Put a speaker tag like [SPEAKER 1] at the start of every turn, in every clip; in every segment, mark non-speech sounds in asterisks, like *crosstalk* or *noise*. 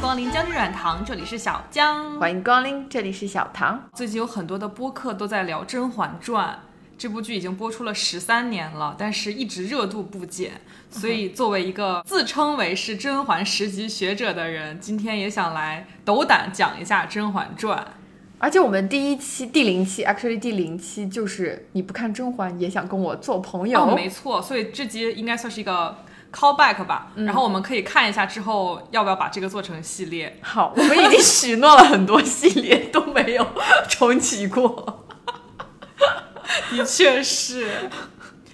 [SPEAKER 1] 光临将军软糖，这里是小江。
[SPEAKER 2] 欢迎光临，这里是小唐。
[SPEAKER 1] 最近有很多的播客都在聊《甄嬛传》这部剧，已经播出了十三年了，但是一直热度不减。
[SPEAKER 2] 嗯
[SPEAKER 1] 所以，作为一个自称为是甄嬛十级学者的人，今天也想来斗胆讲一下《甄嬛传
[SPEAKER 2] 而且我们第一期、第零期，actually 第零期就是你不看甄嬛也想跟我做朋》。友。
[SPEAKER 1] 哦，没错，所以这集应该算是一个 callback 吧。
[SPEAKER 2] 嗯
[SPEAKER 1] 然后我们可以看一下之后要不要把这个做成系列。
[SPEAKER 2] 好，我们已经许诺了很多系列都没有 *laughs* 重启过。
[SPEAKER 1] *laughs* 的确是，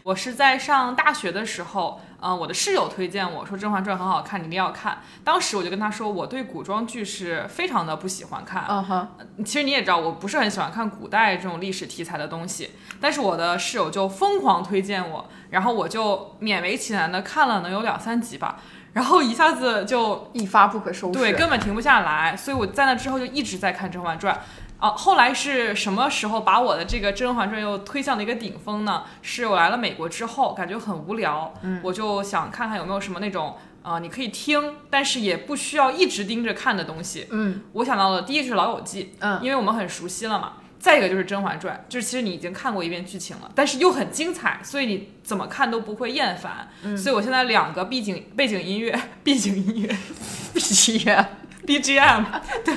[SPEAKER 1] 我是在上大学的时候，嗯、我的室友推荐我说《甄嬛传》很好看，你一定要看。当时我就跟他说，我对古装剧是非常的不喜欢看。
[SPEAKER 2] 嗯哼，
[SPEAKER 1] 其实你也知道，我不是很喜欢看古代这种历史题材的东西，但是我的室友就疯狂推荐我，然后我就勉为其难的看了能有两三集吧，然后一下子就
[SPEAKER 2] 一发不可收拾。
[SPEAKER 1] 对，根本停不下来。所以我在那之后就一直在看《甄嬛传》。啊，后来是什么时候把我的这个《甄嬛传》又推向了一个顶峰呢？是我来了美国之后，感觉很无聊，
[SPEAKER 2] 嗯
[SPEAKER 1] 我就想看看有没有什么那种，呃，你可以听，但是也不需要一直盯着看的东西。
[SPEAKER 2] 嗯，
[SPEAKER 1] 我想到了第一是《老友记》，
[SPEAKER 2] 嗯
[SPEAKER 1] 因为我们很熟悉了嘛。再一个就是《甄嬛传》，就是其实你已经看过一遍剧情了，但是又很精彩，所以你怎么看都不会厌烦。
[SPEAKER 2] 嗯
[SPEAKER 1] 所以我现在两个背景背景音乐、 *laughs* 背景音乐、 *laughs*
[SPEAKER 2] BGM *laughs*
[SPEAKER 1] BGM，对，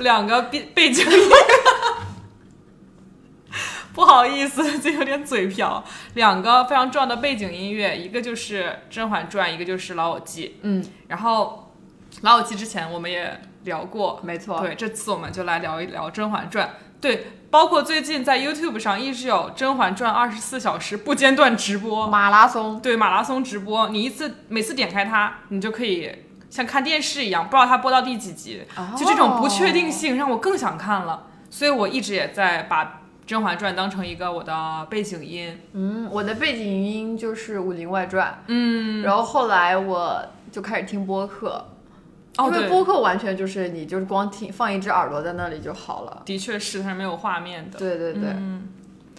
[SPEAKER 1] 两个背背景音乐。 *laughs* 不好意思，这有点嘴瓢。两个非常重要的背景音乐，一个就是《甄嬛传》，一个就是《老友记》。
[SPEAKER 2] 嗯，
[SPEAKER 1] 然后《老友记》之前我们也聊过，
[SPEAKER 2] 没错。
[SPEAKER 1] 对，这次我们就来聊一聊《甄嬛传》。对，包括最近在 YouTube 上一直有《甄嬛传》二十四小时不间断直播，
[SPEAKER 2] 马拉松，
[SPEAKER 1] 对马拉松直播，你一次每次点开它，你就可以像看电视一样，不知道它播到第几集，
[SPEAKER 2] 哦
[SPEAKER 1] 就这种不确定性让我更想看了。所以我一直也在把《甄嬛传》当成一个我的背景音。
[SPEAKER 2] 嗯，我的背景音就是《武林外传》，嗯，然后后来我就开始听播客，
[SPEAKER 1] 哦，
[SPEAKER 2] 因为
[SPEAKER 1] 对，
[SPEAKER 2] 播客完全就是你就是光听放一只耳朵在那里就好了。
[SPEAKER 1] 的确是它是没有画面的。
[SPEAKER 2] 对对对，
[SPEAKER 1] 嗯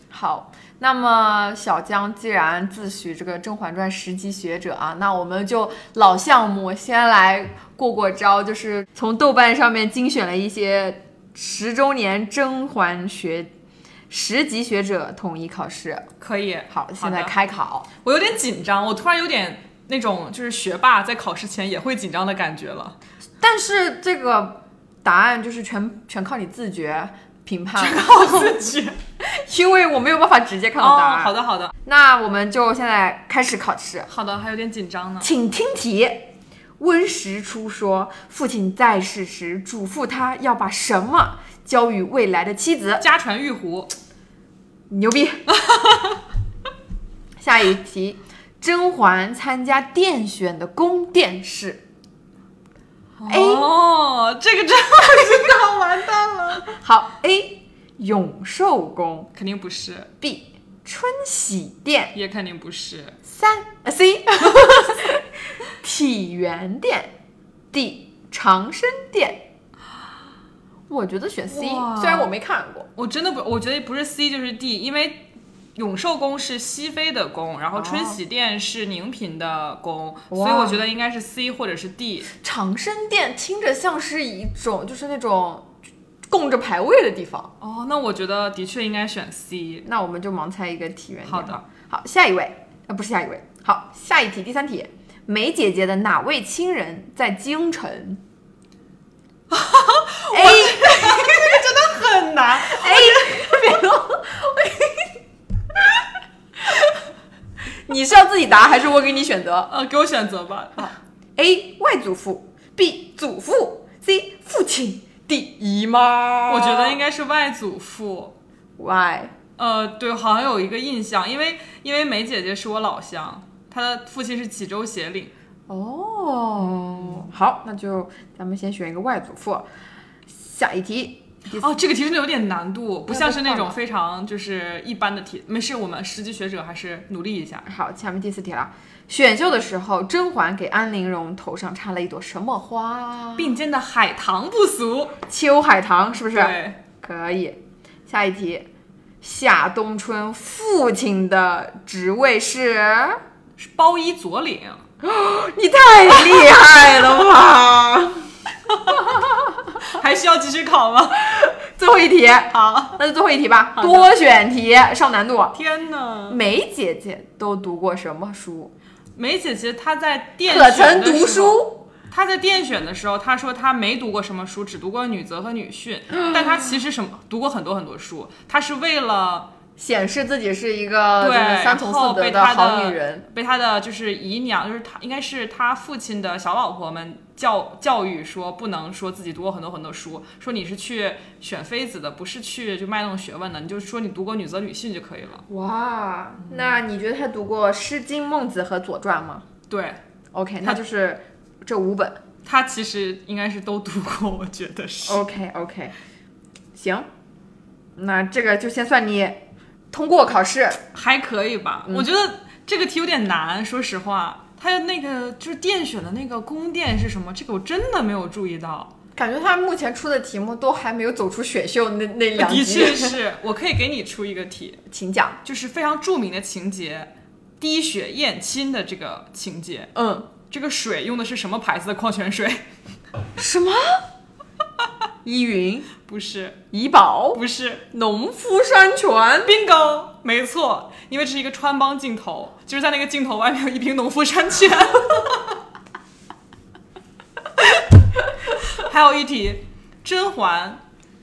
[SPEAKER 2] 好，那么小江既然自诩这个《甄嬛传》十级学者啊，那我们就老项目先来过过招，就是从豆瓣上面精选了一些十周年甄嬛学十级学者统一考试。
[SPEAKER 1] 可以。
[SPEAKER 2] 好，现在
[SPEAKER 1] 的
[SPEAKER 2] 开考。
[SPEAKER 1] 我有点紧张，我突然有点那种就是学霸在考试前也会紧张的感觉
[SPEAKER 2] *laughs*
[SPEAKER 1] 了，
[SPEAKER 2] 但是这个答案就是全全靠你自觉
[SPEAKER 1] *laughs*
[SPEAKER 2] 评判，
[SPEAKER 1] 好自觉。
[SPEAKER 2] 因为我没有办法直接看到答
[SPEAKER 1] 哦，
[SPEAKER 2] 案。
[SPEAKER 1] 好的好的
[SPEAKER 2] 那我们就现在开始考试。
[SPEAKER 1] 好的，还有点紧张呢。
[SPEAKER 2] 请听题。温实初说，父亲在世时嘱咐他要把什么交与未来的妻子。
[SPEAKER 1] 家传玉壶，
[SPEAKER 2] 牛逼。 *laughs* 下一题，甄嬛参加殿选的宫殿是？哎
[SPEAKER 1] 哦，这
[SPEAKER 2] *laughs*
[SPEAKER 1] 个真的完蛋了，
[SPEAKER 2] 好，A 永寿宫
[SPEAKER 1] 肯定不是，
[SPEAKER 2] ，B 春禧殿，
[SPEAKER 1] 也肯定不是，
[SPEAKER 2] 三呃 C *laughs* 体元殿，D 长生殿。我觉得选 C，
[SPEAKER 1] 哇
[SPEAKER 2] 虽然我没看过。
[SPEAKER 1] 我真的不，我觉得不是 C 就是 D，因为。永寿宫是熹妃的宫，然后
[SPEAKER 2] 哦
[SPEAKER 1] 春禧殿是宁嫔的宫，所以我觉得应该是 C 或者是 D。
[SPEAKER 2] 长生殿听着像是一种就是那种供着牌位的地方，
[SPEAKER 1] 哦，那我觉得的确应该选 C。
[SPEAKER 2] 那我们就盲猜一个体元殿。
[SPEAKER 1] 好，的，
[SPEAKER 2] 好，下一位，呃，不是下一位，好，下一题，第三题，梅姐姐的哪位亲人在京
[SPEAKER 1] *laughs*
[SPEAKER 2] 城哎？A
[SPEAKER 1] 很难，
[SPEAKER 2] 哎别动， *laughs* 你是要自己答还是我给你选择
[SPEAKER 1] 呃，给我选择吧。
[SPEAKER 2] ？A 外祖父，B 祖父，C 父亲，D 姨妈。
[SPEAKER 1] 我觉得应该是外祖父。
[SPEAKER 2] Y
[SPEAKER 1] 呃，对，好像有一个印象，因为因为梅姐姐是我老乡，她的父亲是济州协领。
[SPEAKER 2] 哦，好，那就咱们先选一个外祖父。下一题，第四
[SPEAKER 1] 哦，这个题真的有点难度，不像是那
[SPEAKER 2] 那
[SPEAKER 1] 种
[SPEAKER 2] 就换吧
[SPEAKER 1] 非常就是一般的题。没事，我们十级学者还是努力一下。
[SPEAKER 2] 好，下面第四题了。选秀的时候，甄嬛给安陵容头上插了一朵什么花？
[SPEAKER 1] 并肩的海棠不俗，
[SPEAKER 2] 秋海棠是不是？
[SPEAKER 1] 对，
[SPEAKER 2] 可以。下一题，夏冬春父亲的职
[SPEAKER 1] *laughs*
[SPEAKER 2] 位是？
[SPEAKER 1] 是包衣左领。
[SPEAKER 2] 你太厉害了吧！
[SPEAKER 1] 还需要继续考吗？
[SPEAKER 2] 最后一题，
[SPEAKER 1] 好，
[SPEAKER 2] *laughs* 那就最后一题吧，
[SPEAKER 1] 好的
[SPEAKER 2] 多选题上难度。
[SPEAKER 1] 天哪！
[SPEAKER 2] 梅姐姐都读过什
[SPEAKER 1] *laughs*
[SPEAKER 2] 么书？
[SPEAKER 1] 梅姐姐她在电
[SPEAKER 2] 可
[SPEAKER 1] 选
[SPEAKER 2] 曾
[SPEAKER 1] 的时
[SPEAKER 2] 读
[SPEAKER 1] 候
[SPEAKER 2] 书？
[SPEAKER 1] 他在电选的时候，他说他没读过什么书，只读过《女则》和《女训》，
[SPEAKER 2] 嗯
[SPEAKER 1] 但他其实什么读过很多很多书，他是为了
[SPEAKER 2] 显示自己是一个就
[SPEAKER 1] 对，
[SPEAKER 2] 是三
[SPEAKER 1] 然
[SPEAKER 2] 从
[SPEAKER 1] 后
[SPEAKER 2] 四
[SPEAKER 1] 被
[SPEAKER 2] 德
[SPEAKER 1] 他
[SPEAKER 2] 好女人。，
[SPEAKER 1] 被他的就是姨娘，就是他应该是他父亲的小老婆们教教育说，不能说自己读过很多很多书，说你是去选妃子的，不是去就卖弄学问的，你就说你读过《女则》《女训》就可以了。
[SPEAKER 2] 哇，
[SPEAKER 1] 嗯
[SPEAKER 2] 那你觉得她读过《诗经》《孟子》和《左传》吗
[SPEAKER 1] 对
[SPEAKER 2] ？OK，那就是这
[SPEAKER 1] *laughs*
[SPEAKER 2] 五本。
[SPEAKER 1] 他其实应该是都读过，我觉得是。
[SPEAKER 2] OK OK，行，那这个就先算你通过考试。
[SPEAKER 1] *laughs* 还可以吧，我觉得这个题有点难，说实话。它那个就是电选的那个宫殿是什么？这个我真的没有注意到。
[SPEAKER 2] 感觉他目前出的题目都还没有走出选秀那那
[SPEAKER 1] *laughs*
[SPEAKER 2] 两
[SPEAKER 1] 的确
[SPEAKER 2] 集，
[SPEAKER 1] 是，我可以给你出一个题，
[SPEAKER 2] 请讲。
[SPEAKER 1] *laughs* 就是非常著名的情节——滴血验亲的这个情节。
[SPEAKER 2] 嗯，
[SPEAKER 1] 这个水用的是什么牌子的矿泉水？ *laughs*
[SPEAKER 2] 什么？ *laughs* 依云、
[SPEAKER 1] 不是，
[SPEAKER 2] 怡宝、
[SPEAKER 1] 不是
[SPEAKER 2] 农夫山泉，
[SPEAKER 1] ，bingo，没错，因为这是一个穿帮镜头，就是在那个镜头外面有一瓶农夫山泉。 *laughs* 还有一题，甄嬛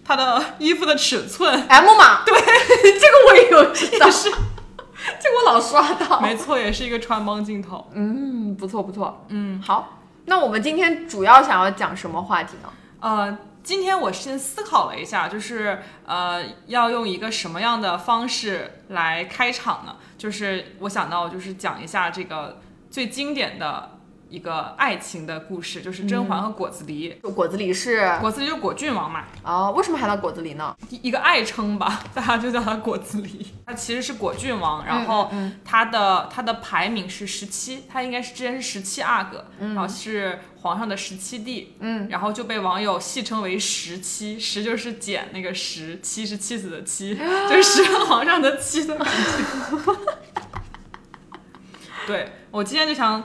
[SPEAKER 1] 她的衣服的尺寸
[SPEAKER 2] M 码。对， *laughs* 这个我也有知道，是，这个我老刷到。
[SPEAKER 1] 没错，也是一个穿帮镜头。
[SPEAKER 2] 嗯，不错不错。
[SPEAKER 1] 嗯，
[SPEAKER 2] 好，那我们今天主要想要讲什么话题呢？
[SPEAKER 1] 呃，今天我先思考了一下，就是呃，要用一个什么样的方式来开场呢？就是我想到，就是讲一下这个最经典的一个爱情的故事，就是甄嬛和果子狸。
[SPEAKER 2] 就果子狸是
[SPEAKER 1] 果子狸就是果郡王嘛，
[SPEAKER 2] 啊，为什么还叫果子狸呢？
[SPEAKER 1] 一一个爱称吧， *laughs* 大家就叫他果子狸。他其实是果郡王，然后他的他的排名是十七，他应该是之前是十七阿哥，然后是皇上的十七弟，嗯，然后就被网友戏称为十七，十就是减那个十，七是妻子的妻， *laughs* 就是十皇上的妻的感觉。 *laughs* 对我今天就想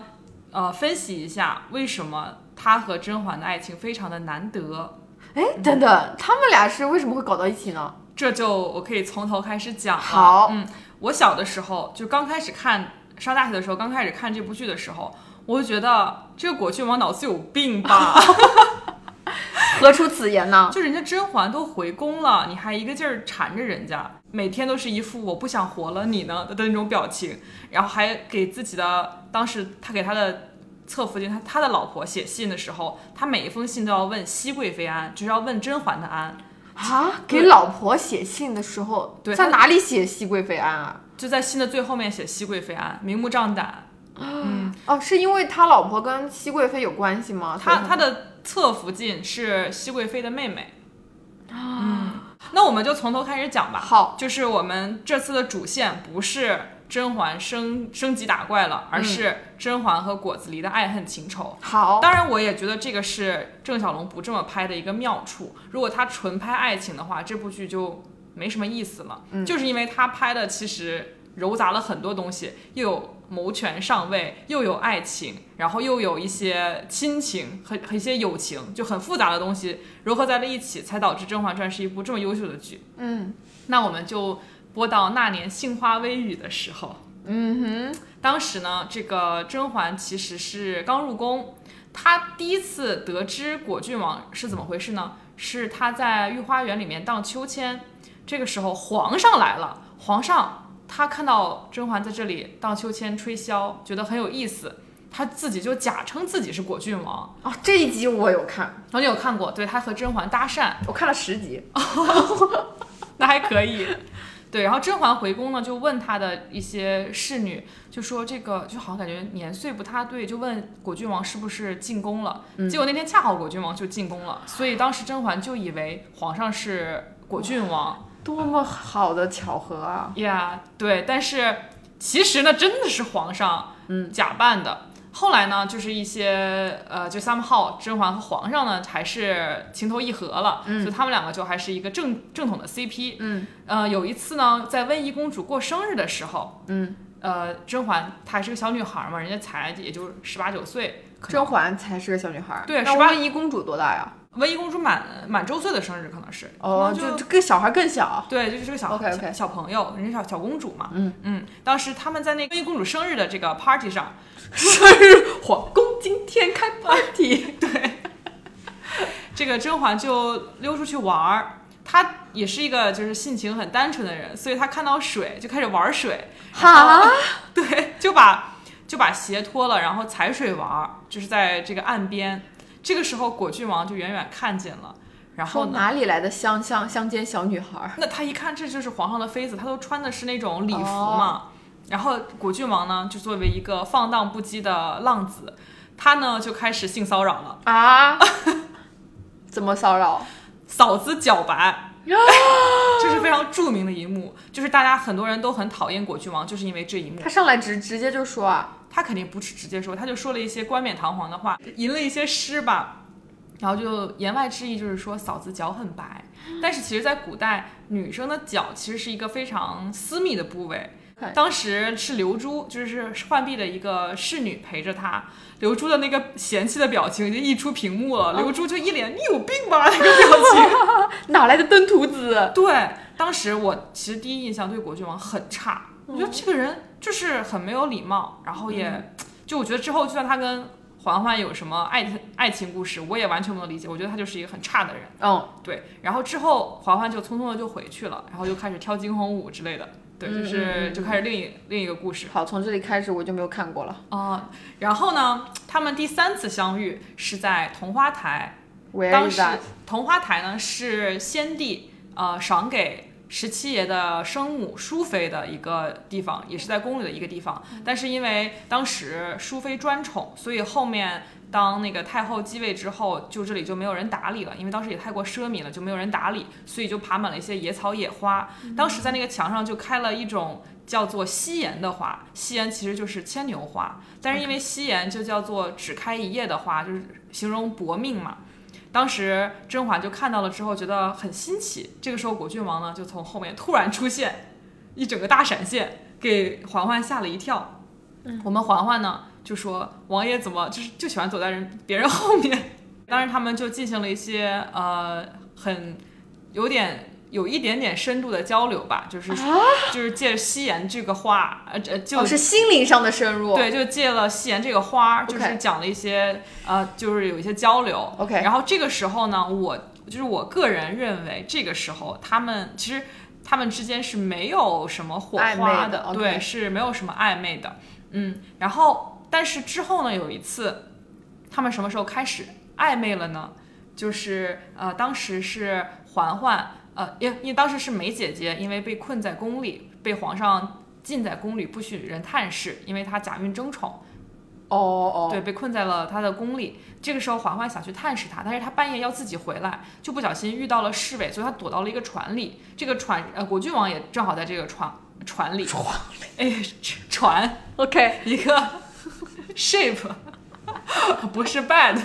[SPEAKER 1] 呃分析一下为什么他和甄嬛的爱情非常的难得。
[SPEAKER 2] 哎，等等，他们俩是为什么会搞到一起呢？
[SPEAKER 1] 这就我可以从头开始讲了。
[SPEAKER 2] 好
[SPEAKER 1] 嗯，我小的时候就刚开始看，上大学的时候刚开始看这部剧的时候，我就觉得这个果郡王脑子有病吧？
[SPEAKER 2] 何出此言呢？
[SPEAKER 1] 就人家甄嬛都回宫了，你还一个劲儿缠着人家，每天都是一副我不想活了你呢的那种表情，然后还给自己的当时他给他的。侧福晋他他的老婆写信的时候，他每一封信都要问熹贵妃安，就是要问甄嬛的安，
[SPEAKER 2] 啊，
[SPEAKER 1] 对
[SPEAKER 2] 给老婆写信的时候，
[SPEAKER 1] 对
[SPEAKER 2] 在
[SPEAKER 1] 他
[SPEAKER 2] 哪里写熹贵妃安啊？
[SPEAKER 1] 就在信的最后面写熹贵妃安，明目张胆。
[SPEAKER 2] 哦，是因为他老婆跟熹贵妃有关系吗？
[SPEAKER 1] 她
[SPEAKER 2] 所以
[SPEAKER 1] 她的侧福晋是熹贵妃的妹妹。嗯，那我们就从头开始讲吧。
[SPEAKER 2] 啊好，
[SPEAKER 1] 就是我们这次的主线不是甄嬛升升级打怪了，而
[SPEAKER 2] 嗯
[SPEAKER 1] 是甄嬛和果子狸的爱恨情仇。
[SPEAKER 2] 好，
[SPEAKER 1] 当然，我也觉得这个是郑晓龙不这么拍的一个妙处。如果他纯拍爱情的话，这部剧就没什么意思了。
[SPEAKER 2] 嗯
[SPEAKER 1] 就是因为他拍的其实糅杂了很多东西，又有谋权上位，又有爱情，然后又有一些亲情和和一些友情，就很复杂的东西糅合在了一起，才导致《甄嬛传》是一部这么优秀的剧。
[SPEAKER 2] 嗯
[SPEAKER 1] 那我们就播到那年杏花微雨的时候。
[SPEAKER 2] 嗯哼，
[SPEAKER 1] 当时呢，这个甄嬛其实是刚入宫，她第一次得知果郡王是怎么回事呢？是她在御花园里面荡秋千，这个时候皇上来了，皇上他看到甄嬛在这里荡秋千吹箫，觉得很有意思，他自己就假称自己是果郡王。
[SPEAKER 2] 哦，这一集我有看，
[SPEAKER 1] 然后你有看过，对他和甄嬛搭讪，
[SPEAKER 2] 我看了十集。
[SPEAKER 1] *laughs* 那还可以。对，然后甄嬛回宫呢，就问她的一些侍女，就说这个就好像感觉年岁不太对，就问果郡王是不是进宫了。结果那天恰好果郡王就进宫了，所以当时甄嬛就以为皇上是果郡王
[SPEAKER 2] 多么好的巧合啊！
[SPEAKER 1] 呀对，但是其实呢，真的是皇上
[SPEAKER 2] 嗯
[SPEAKER 1] 假扮的。后来呢，就是一些呃，就 somehow 甄嬛和皇上呢还是情投意合了，所以他们两个就还是一个正正统的 CP。
[SPEAKER 2] 嗯
[SPEAKER 1] 呃，有一次呢，在温宜公主过生日的时候，
[SPEAKER 2] 嗯，
[SPEAKER 1] 呃，甄嬛她还是个小女孩嘛，人家才也就十八九岁，可能
[SPEAKER 2] 甄嬛才是个小女孩儿。
[SPEAKER 1] 对
[SPEAKER 2] 那
[SPEAKER 1] 十八
[SPEAKER 2] 温宜公主多大呀？
[SPEAKER 1] 唯一公主满满周岁的生日，可能是
[SPEAKER 2] 哦，
[SPEAKER 1] 可能
[SPEAKER 2] 就更小孩更小，
[SPEAKER 1] 对，就是这个小
[SPEAKER 2] OK，OK
[SPEAKER 1] 小小朋友，人家小小公主嘛。
[SPEAKER 2] 嗯
[SPEAKER 1] 当时他们在那个公主生日的这个 party 上，
[SPEAKER 2] 生日火宫今天开 party，
[SPEAKER 1] 这个甄嬛就溜出去玩儿。她也是一个就是性情很单纯的人，所以她看到水就开始玩水，
[SPEAKER 2] 哈，
[SPEAKER 1] 对，就把就把鞋脱了，然后踩水玩儿，就是在这个岸边。这个时候果郡王就远远看见了，然后呢，
[SPEAKER 2] 说哪里来的乡乡乡间小女孩儿？
[SPEAKER 1] 那他一看这就是皇上的妃子，她都穿的是那种礼服嘛。然后果郡王呢，就作为一个放荡不羁的浪子，他呢就开始性骚扰了，
[SPEAKER 2] 啊？ *laughs* 怎么骚扰？
[SPEAKER 1] 嫂子脚白。这是非常著名的一幕，就是大家很多人都很讨厌果郡王，就是因为这一幕。
[SPEAKER 2] 他上来直直接就说啊，
[SPEAKER 1] 他肯定不是直接说，他就说了一些冠冕堂皇的话，吟了一些诗吧，然后就言外之意就是说嫂子脚很白，但是其实，在古代，女生的脚其实是一个非常私密的部位
[SPEAKER 2] OK。
[SPEAKER 1] 当时是刘珠，就是浣碧的一个侍女陪着她，刘珠的那个嫌弃的表情就溢出屏幕了，刘珠就一脸你有病吧那个表情。
[SPEAKER 2] 哪来的登徒子？
[SPEAKER 1] 对，当时我其实第一印象对果郡王很差，
[SPEAKER 2] 嗯
[SPEAKER 1] 我觉得这个人就是很没有礼貌，然后也、就我觉得之后就算他跟嬛嬛有什么爱爱情故事，我也完全不能理解，我觉得他就是一个很差的人。
[SPEAKER 2] 嗯，
[SPEAKER 1] 对，然后之后嬛嬛就匆匆的就回去了，然后就开始跳惊鸿舞之类的。对，就
[SPEAKER 2] 嗯嗯
[SPEAKER 1] 是
[SPEAKER 2] 嗯
[SPEAKER 1] 就开始另一另一个故事
[SPEAKER 2] 好，从这里开始我就没有看过了。
[SPEAKER 1] 啊、然后呢，他们第三次相遇是在桐花台，
[SPEAKER 2] Where
[SPEAKER 1] 当
[SPEAKER 2] is
[SPEAKER 1] 时
[SPEAKER 2] that？
[SPEAKER 1] 桐花台呢是先帝呃赏给十七爷的生母淑妃的一个地方，也是在宫里的一个地方。
[SPEAKER 2] 嗯
[SPEAKER 1] 但是因为当时淑妃专宠，所以后面当那个太后继位之后，就这里就没有人打理了，因为当时也太过奢靡了，就没有人打理，所以就爬满了一些野草野花。
[SPEAKER 2] 嗯
[SPEAKER 1] 当时在那个墙上就开了一种。叫做西岩的花，西岩其实就是牵牛花，但是因为西岩就叫做只开一夜的花，就是形容薄命嘛。当时甄嬛就看到了之后，觉得很新奇。这个时候，果郡王呢就从后面突然出现，一整个大闪现，给嬛嬛吓了一跳。嗯，我们嬛嬛呢就说：“王爷怎么就是就喜欢走在人别人后面？”当时他们就进行了一些呃很有点有一点点深度的交流吧，就是、就是借西岩这个花，呃这就、
[SPEAKER 2] 哦，是心灵上的深入。
[SPEAKER 1] 对，就借了夕颜这个花儿，就
[SPEAKER 2] OK
[SPEAKER 1] 是讲了一些呃，就是有一些交流。
[SPEAKER 2] OK
[SPEAKER 1] 然后这个时候呢，我就是我个人认为，这个时候他们其实他们之间是没有什么火
[SPEAKER 2] 暧
[SPEAKER 1] 花
[SPEAKER 2] 昧的，OK 哦
[SPEAKER 1] 对，是没有什么暧昧的。嗯，然后但是之后呢，有一次他们什么时候开始暧昧了呢？就是呃，当时是嬛嬛，呃，因因为当时是梅姐姐，因为被困在宫里，被皇上禁在宫里，不许人探视，因为她假孕争宠，
[SPEAKER 2] 哦哦，
[SPEAKER 1] 对，被困在了她的宫里。这个时候，嬛嬛想去探视她，但是她半夜要自己回来，就不小心遇到了侍卫，所以她躲到了一个船里。这个船，呃，果郡王也正好在这个船船里，船，哎，船，
[SPEAKER 2] ，OK，
[SPEAKER 1] 一个 shape，不是 bad。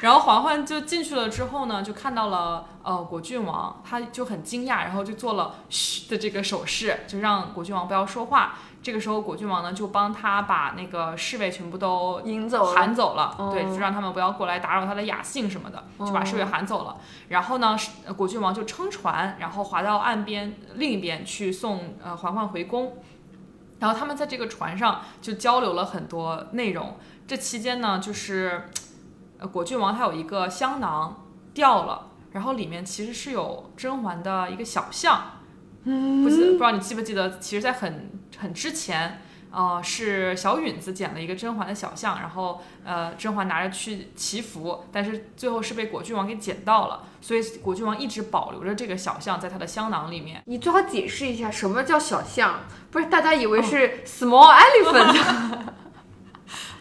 [SPEAKER 1] 然后嬛嬛就进去了之后呢，就看到了呃果郡王，他就很惊讶，然后就做了嘘的这个手势，就让果郡王不要说话。这个时候果郡王呢就帮他把那个侍卫全部都
[SPEAKER 2] 赢走了。
[SPEAKER 1] 喊走了，
[SPEAKER 2] 嗯
[SPEAKER 1] 对，就让他们不要过来打扰他的雅兴什么的，
[SPEAKER 2] 哦
[SPEAKER 1] 就把侍卫喊走了。然后呢，是呃果郡王就撑船，然后划到岸边另一边去送呃嬛嬛回宫。然后他们在这个船上就交流了很多内容。这期间呢，就是呃果郡王他有一个香囊掉了，然后里面其实是有甄嬛的一个小像。嗯，不记不知道你记不记得，其实，在很很之前，呃，是小允子捡了一个甄嬛的小像，然后呃，甄嬛拿着去祈福，但是最后是被果郡王给捡到了，所以果郡王一直保留着这个小像在他的香囊里面。
[SPEAKER 2] 你最好解释一下什么叫小象，不是大家以
[SPEAKER 1] 哦
[SPEAKER 2] 为是
[SPEAKER 1] *laughs*
[SPEAKER 2] small elephant，、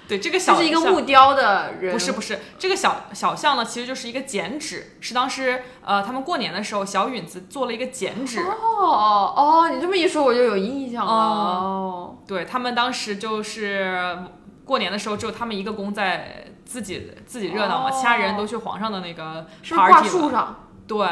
[SPEAKER 1] 对，这个
[SPEAKER 2] 就
[SPEAKER 1] 小
[SPEAKER 2] 是一个
[SPEAKER 1] 像
[SPEAKER 2] 木雕的人，
[SPEAKER 1] 不是不是，这个小小象呢，其实就是一个剪纸，是当时呃他们过年的时候，小允子做了一个剪纸，
[SPEAKER 2] 哦哦，你这么一说我就有印象了。哦
[SPEAKER 1] 哦，对他们当时就是过年的时候，只有他们一个宫在自己自己热闹嘛，
[SPEAKER 2] 哦
[SPEAKER 1] 其他人都去皇上的那个
[SPEAKER 2] 是不是挂
[SPEAKER 1] party
[SPEAKER 2] 树
[SPEAKER 1] 了
[SPEAKER 2] 上，
[SPEAKER 1] 对。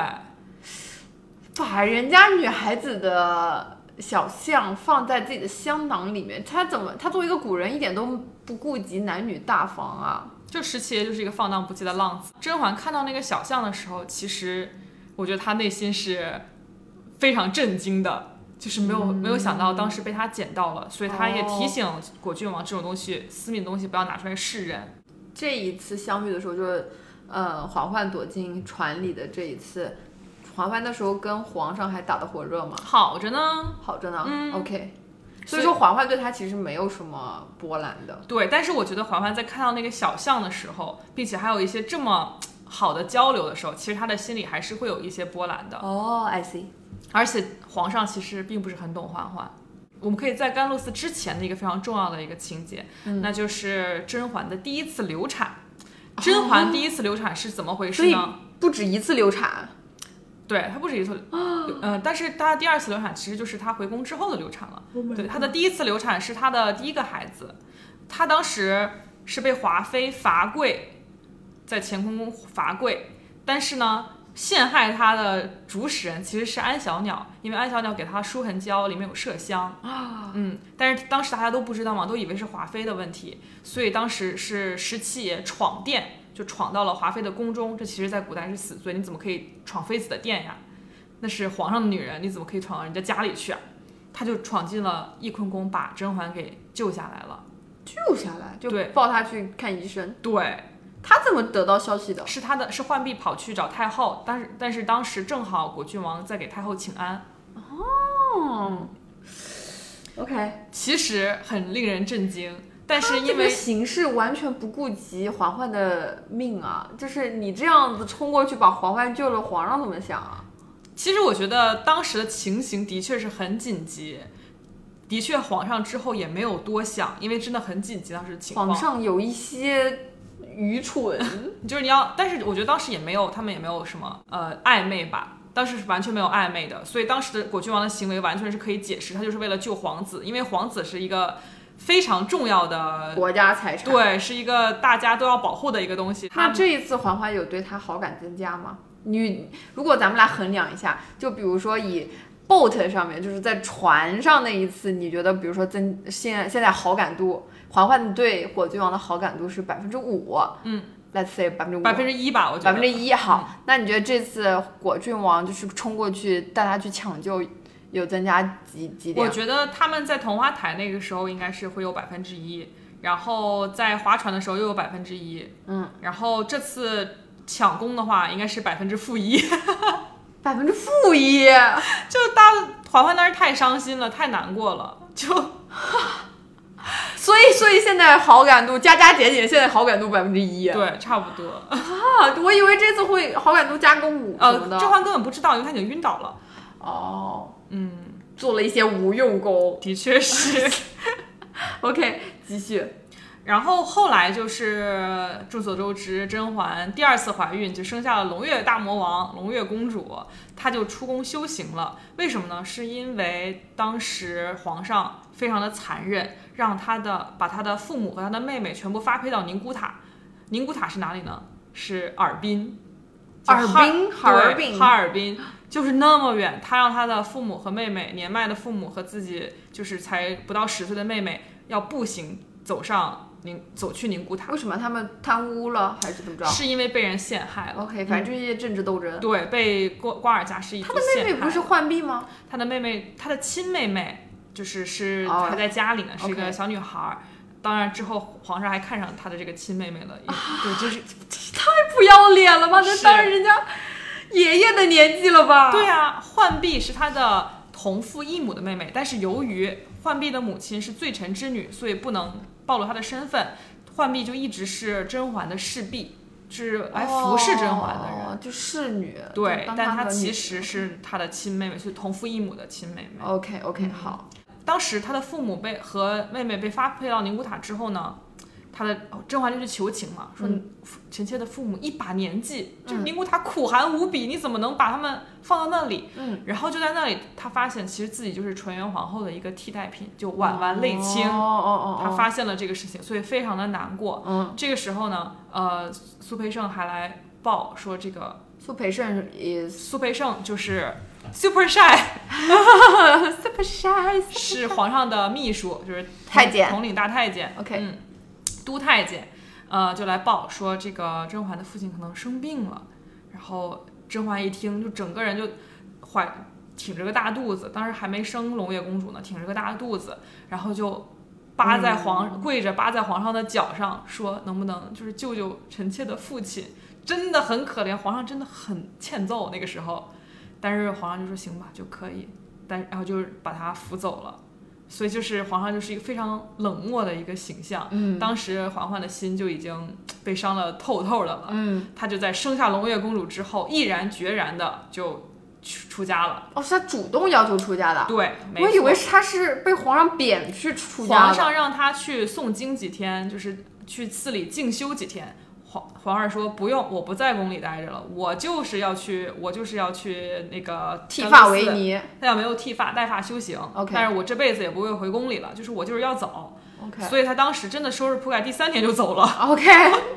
[SPEAKER 2] 把人家女孩子的小象放在自己的香囊里面，他怎么他作为一个古人一点都不顾及男女大方啊？
[SPEAKER 1] 就十七爷就是一个放荡不羁的浪子。甄嬛看到那个小象的时候，其实我觉得她内心是非常震惊的，就是没有、没有想到当时被他捡到了，所以她也提醒果郡王这种东西、私密的东西不要拿出来示人。
[SPEAKER 2] 这一次相遇的时候，就是呃，嬛嬛躲进船里的这一次，嬛嬛那时候跟皇上还打得火热嘛，
[SPEAKER 1] 好着呢，
[SPEAKER 2] 好着呢。
[SPEAKER 1] 嗯
[SPEAKER 2] OK，所
[SPEAKER 1] 所以
[SPEAKER 2] 以说嬛嬛对他其实没有什么波澜的。
[SPEAKER 1] 对，但是我觉得嬛嬛在看到那个小象的时候，并且还有一些这么好的交流的时候，其实她的心里还是会有一些波澜的。
[SPEAKER 2] 哦、i see。
[SPEAKER 1] 而且皇上其实并不是很懂嬛嬛。我们可以在甘露寺之前的一个非常重要的一个情节，那就是甄嬛的第一次流产。甄嬛第一次流产是怎么回
[SPEAKER 2] 所
[SPEAKER 1] 事
[SPEAKER 2] 以
[SPEAKER 1] 呢？
[SPEAKER 2] 不止一次流产，
[SPEAKER 1] 对，她不止一次，嗯、但是她第二次流产其实就是她回宫之后的流产了。对，她的第一次流产是她的第一个孩子，她当时是被华妃罚跪，在乾坤宫罚跪，但是呢，陷害她的主使人其实是安小鸟，因为安小鸟给她舒痕胶里面有麝香啊，嗯，但是当时大家都不知道嘛，都以为是华妃的问题，所以当时是十七爷闯殿。就闯到了华妃的宫中，这其实在古代是死罪，你怎么可以闯妃子的殿呀？那是皇上的女人，你怎么可以闯到人家家里去啊？他就闯进了翊坤宫，把甄嬛给救下来了。
[SPEAKER 2] 救下来就
[SPEAKER 1] 对
[SPEAKER 2] 抱他去看医生。
[SPEAKER 1] 对，
[SPEAKER 2] 他怎么得到消息的？
[SPEAKER 1] 是他的，是浣碧跑去找太后，但是但是当时正好果郡王在给太后请安，
[SPEAKER 2] 哦，OK，
[SPEAKER 1] 其实很令人震惊。但是
[SPEAKER 2] 啊这
[SPEAKER 1] 因
[SPEAKER 2] 个
[SPEAKER 1] 为
[SPEAKER 2] 形式完全不顾及嬛嬛的命啊！就是你这样子冲过去把嬛嬛救了，皇上怎么想啊？
[SPEAKER 1] 其实我觉得当时的情形的确是很紧急，的确皇上之后也没有多想，因为真的很紧急当时情况
[SPEAKER 2] 皇。上有一些
[SPEAKER 1] *laughs*
[SPEAKER 2] 愚蠢，
[SPEAKER 1] 就是你要，但是我觉得当时也没有，他们也没有什么呃暧昧吧，当时是完全没有暧昧的，所以当时的果郡王的行为完全是可以解释，他就是为了救皇子，因为皇子是一个非常重要的，
[SPEAKER 2] 国家财产。，
[SPEAKER 1] 对，是一个大家都要保护的一个东西。
[SPEAKER 2] 那
[SPEAKER 1] 他
[SPEAKER 2] 这一次嬛嬛有对他好感增加吗？你如果咱们来衡量一下，就比如说以 boat 上面，就是在船上那一次，你觉得比如说增现在现在好感度，嬛嬛对果郡王的好感度是百分之五，
[SPEAKER 1] 嗯
[SPEAKER 2] ，let's say 百分之五，
[SPEAKER 1] 百分之一嗯吧，我觉
[SPEAKER 2] 百分
[SPEAKER 1] 得
[SPEAKER 2] 之一好。那你觉得这次果郡王就是冲过去带他去抢救，有增加几几
[SPEAKER 1] 我
[SPEAKER 2] 点？
[SPEAKER 1] 觉得他们在同花台那个时候应该是会有百分之一，然后在划船的时候又有百分之一，
[SPEAKER 2] 嗯，
[SPEAKER 1] 然后这次抢功的话应该是百分之负一。 *laughs*
[SPEAKER 2] 百分之负一，
[SPEAKER 1] 嬛嬛当时太伤心了，太难过了，就
[SPEAKER 2] 所以所以现在好感度加加减减，现在好感度百分之一啊！
[SPEAKER 1] 对，差不多。
[SPEAKER 2] 我以为这次会好感度加个五什么
[SPEAKER 1] 呃，
[SPEAKER 2] 的。
[SPEAKER 1] 甄嬛根本不知道，因为她已经晕倒了。
[SPEAKER 2] 哦，
[SPEAKER 1] 嗯，
[SPEAKER 2] 做了一些无用功。
[SPEAKER 1] 的确
[SPEAKER 2] *laughs*
[SPEAKER 1] 是。
[SPEAKER 2] OK，继续。
[SPEAKER 1] 然后后来就是众所周知，甄嬛第二次怀孕就生下了胧月大魔王胧月公主，她就出宫修行了。为什么呢？是因为当时皇上非常的残忍，让她的把她的父母和她的妹妹全部发配到宁古塔。宁古塔是哪里呢？是尔滨。就
[SPEAKER 2] 尔
[SPEAKER 1] 哈
[SPEAKER 2] 滨哈
[SPEAKER 1] 对
[SPEAKER 2] 尔滨
[SPEAKER 1] 哈尔滨就是那么远，她让她的父母和妹妹，年迈的父母和自己就是才不到十岁的妹妹，要步行走上宁，走去宁古塔，
[SPEAKER 2] 为什么他们贪污了还是怎么着嗯
[SPEAKER 1] 是因为被人陷害了。
[SPEAKER 2] *laughs* ？OK，反正就是一些政治斗争。
[SPEAKER 1] 对，被瓜瓜尔佳氏一族
[SPEAKER 2] 他的
[SPEAKER 1] 陷害。
[SPEAKER 2] 妹妹不是浣碧吗？
[SPEAKER 1] 她的妹妹，她的亲妹妹，就是是
[SPEAKER 2] 哦
[SPEAKER 1] 还在家里呢，是一
[SPEAKER 2] OK
[SPEAKER 1] 个小女孩儿。当然之后，皇上还看上她的这个亲妹妹了，
[SPEAKER 2] 啊
[SPEAKER 1] 也对，就是
[SPEAKER 2] 不要脸了吧？那
[SPEAKER 1] 是
[SPEAKER 2] 当人家爷爷的年纪了吧？
[SPEAKER 1] 对啊，浣碧是她的同父异母的妹妹，但是由于浣碧的母亲是罪臣之女，所以不能暴露她的身份，浣碧就一直是甄嬛的侍婢，是来服侍甄嬛的人。
[SPEAKER 2] 哦，就侍女。
[SPEAKER 1] 对，但她
[SPEAKER 2] 她
[SPEAKER 1] 其实是她的亲妹妹，是同父异母的亲妹妹。
[SPEAKER 2] OK OK 好，
[SPEAKER 1] 嗯当时她的父母被和妹妹被发配到宁古塔之后呢，她的哦甄嬛就去求情
[SPEAKER 2] 嗯
[SPEAKER 1] 嘛，说父臣妾的父母一把年纪，就是宁古塔苦寒无比，你怎么能把他们放到那里？
[SPEAKER 2] 嗯，
[SPEAKER 1] 然后就在那里，她发现其实自己就是纯元皇后的一个替代品，就婉婉泪清。
[SPEAKER 2] 哦哦哦，
[SPEAKER 1] 她发现了这个事情，所以非常的难过。
[SPEAKER 2] 嗯，
[SPEAKER 1] 这个时候呢，呃，苏培盛还来报说这个
[SPEAKER 2] 苏培盛 is
[SPEAKER 1] 苏培盛就是 super shy，
[SPEAKER 2] *laughs* super shy
[SPEAKER 1] 是皇上的秘书，就是统
[SPEAKER 2] *laughs* 太监
[SPEAKER 1] 统领大太监。
[SPEAKER 2] OK
[SPEAKER 1] 嗯，都太监。嗯、呃，就来报说这个甄嬛的父亲可能生病了。然后甄嬛一听，就整个人就怀挺着个大肚子，当时还没生胧月公主呢，挺着个大肚子，然后就扒
[SPEAKER 2] 嗯
[SPEAKER 1] 在皇、跪着扒在皇上的脚上，说能不能就是救救臣妾的父亲，真的很可怜，皇上真的很欠揍那个时候。但是皇上就说行吧，就可以，但然后就是把他扶走了。所以就是皇上就是一个非常冷漠的一个形象，
[SPEAKER 2] 嗯
[SPEAKER 1] 当时嬛嬛的心就已经被伤了透透的了，
[SPEAKER 2] 嗯，
[SPEAKER 1] 她就在生下胧月公主之后，毅然决然的就出出家了。
[SPEAKER 2] 哦，是他主动要求出家的，
[SPEAKER 1] 对，没
[SPEAKER 2] 啊我以
[SPEAKER 1] 错
[SPEAKER 2] 为是他是被皇上贬去出家
[SPEAKER 1] 皇
[SPEAKER 2] 的。
[SPEAKER 1] 上让她去诵经几天，就是去寺里静修几天。皇皇上说不用，我不在宫里待着了，我就是要去，我就是要去那个
[SPEAKER 2] 剃
[SPEAKER 1] 甘
[SPEAKER 2] 发
[SPEAKER 1] 露
[SPEAKER 2] 为
[SPEAKER 1] 寺
[SPEAKER 2] 尼
[SPEAKER 1] 他有没有剃发、带发修行
[SPEAKER 2] OK
[SPEAKER 1] 但是我这辈子也不会回宫里了，就是我就是要走。
[SPEAKER 2] ，OK *laughs*
[SPEAKER 1] 所以他当时真的收拾铺盖，第三天就走了， *laughs*
[SPEAKER 2] OK，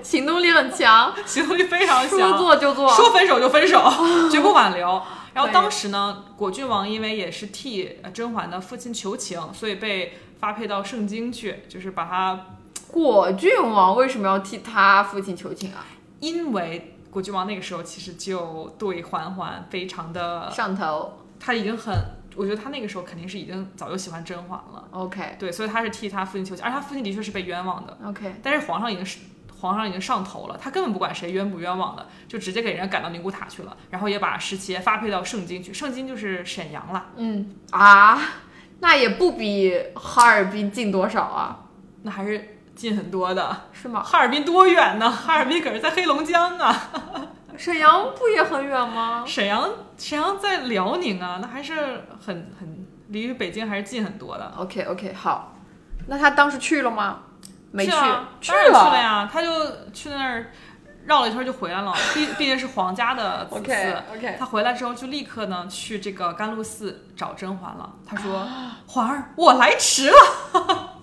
[SPEAKER 2] 行 *laughs* 动力很强，
[SPEAKER 1] 行动力非常
[SPEAKER 2] 说
[SPEAKER 1] 强，
[SPEAKER 2] 做就做。
[SPEAKER 1] 说分手就分手，绝不挽留。然后
[SPEAKER 2] 对
[SPEAKER 1] 当时呢，果郡王因为也是替呃甄嬛的父亲求情，所以被发配到盛京去，就是把他，
[SPEAKER 2] 果郡王为什么要替他父亲求情啊？
[SPEAKER 1] 因为果郡王那个时候其实就对嬛嬛非常的，
[SPEAKER 2] 上头
[SPEAKER 1] 他已经很，我觉得他那个时候肯定是已经早就喜欢甄嬛了，
[SPEAKER 2] ，OK
[SPEAKER 1] 对，所以他是替他父亲求情，而他父亲的确是被冤枉的，
[SPEAKER 2] OK，
[SPEAKER 1] 但是皇上已经是皇上已经上头了，他根本不管谁冤不冤枉的，就直接给人家赶到宁古塔去了，然后也把石碣发配到盛京去，盛京就是沈阳啦，
[SPEAKER 2] 嗯啊，那也不比哈尔滨近多少啊，
[SPEAKER 1] 那还是近很多的。
[SPEAKER 2] 是吗？
[SPEAKER 1] 哈尔滨多远呢？哈尔滨可是在黑龙江啊，
[SPEAKER 2] 沈阳不也很远吗？
[SPEAKER 1] 沈阳沈阳在辽宁啊，那还是很很离北京还是近很多的。
[SPEAKER 2] OK OK，好，那他当时去了吗？没去，
[SPEAKER 1] 是啊、
[SPEAKER 2] 去
[SPEAKER 1] 当然去了
[SPEAKER 2] 了。
[SPEAKER 1] 呀，他就去那儿绕了一圈就回来了，毕毕竟是皇家的子嗣。
[SPEAKER 2] OK，
[SPEAKER 1] 他回来之后就立刻呢去这个甘露寺找甄嬛了。他说：“
[SPEAKER 2] 啊
[SPEAKER 1] 嬛儿，我来迟了。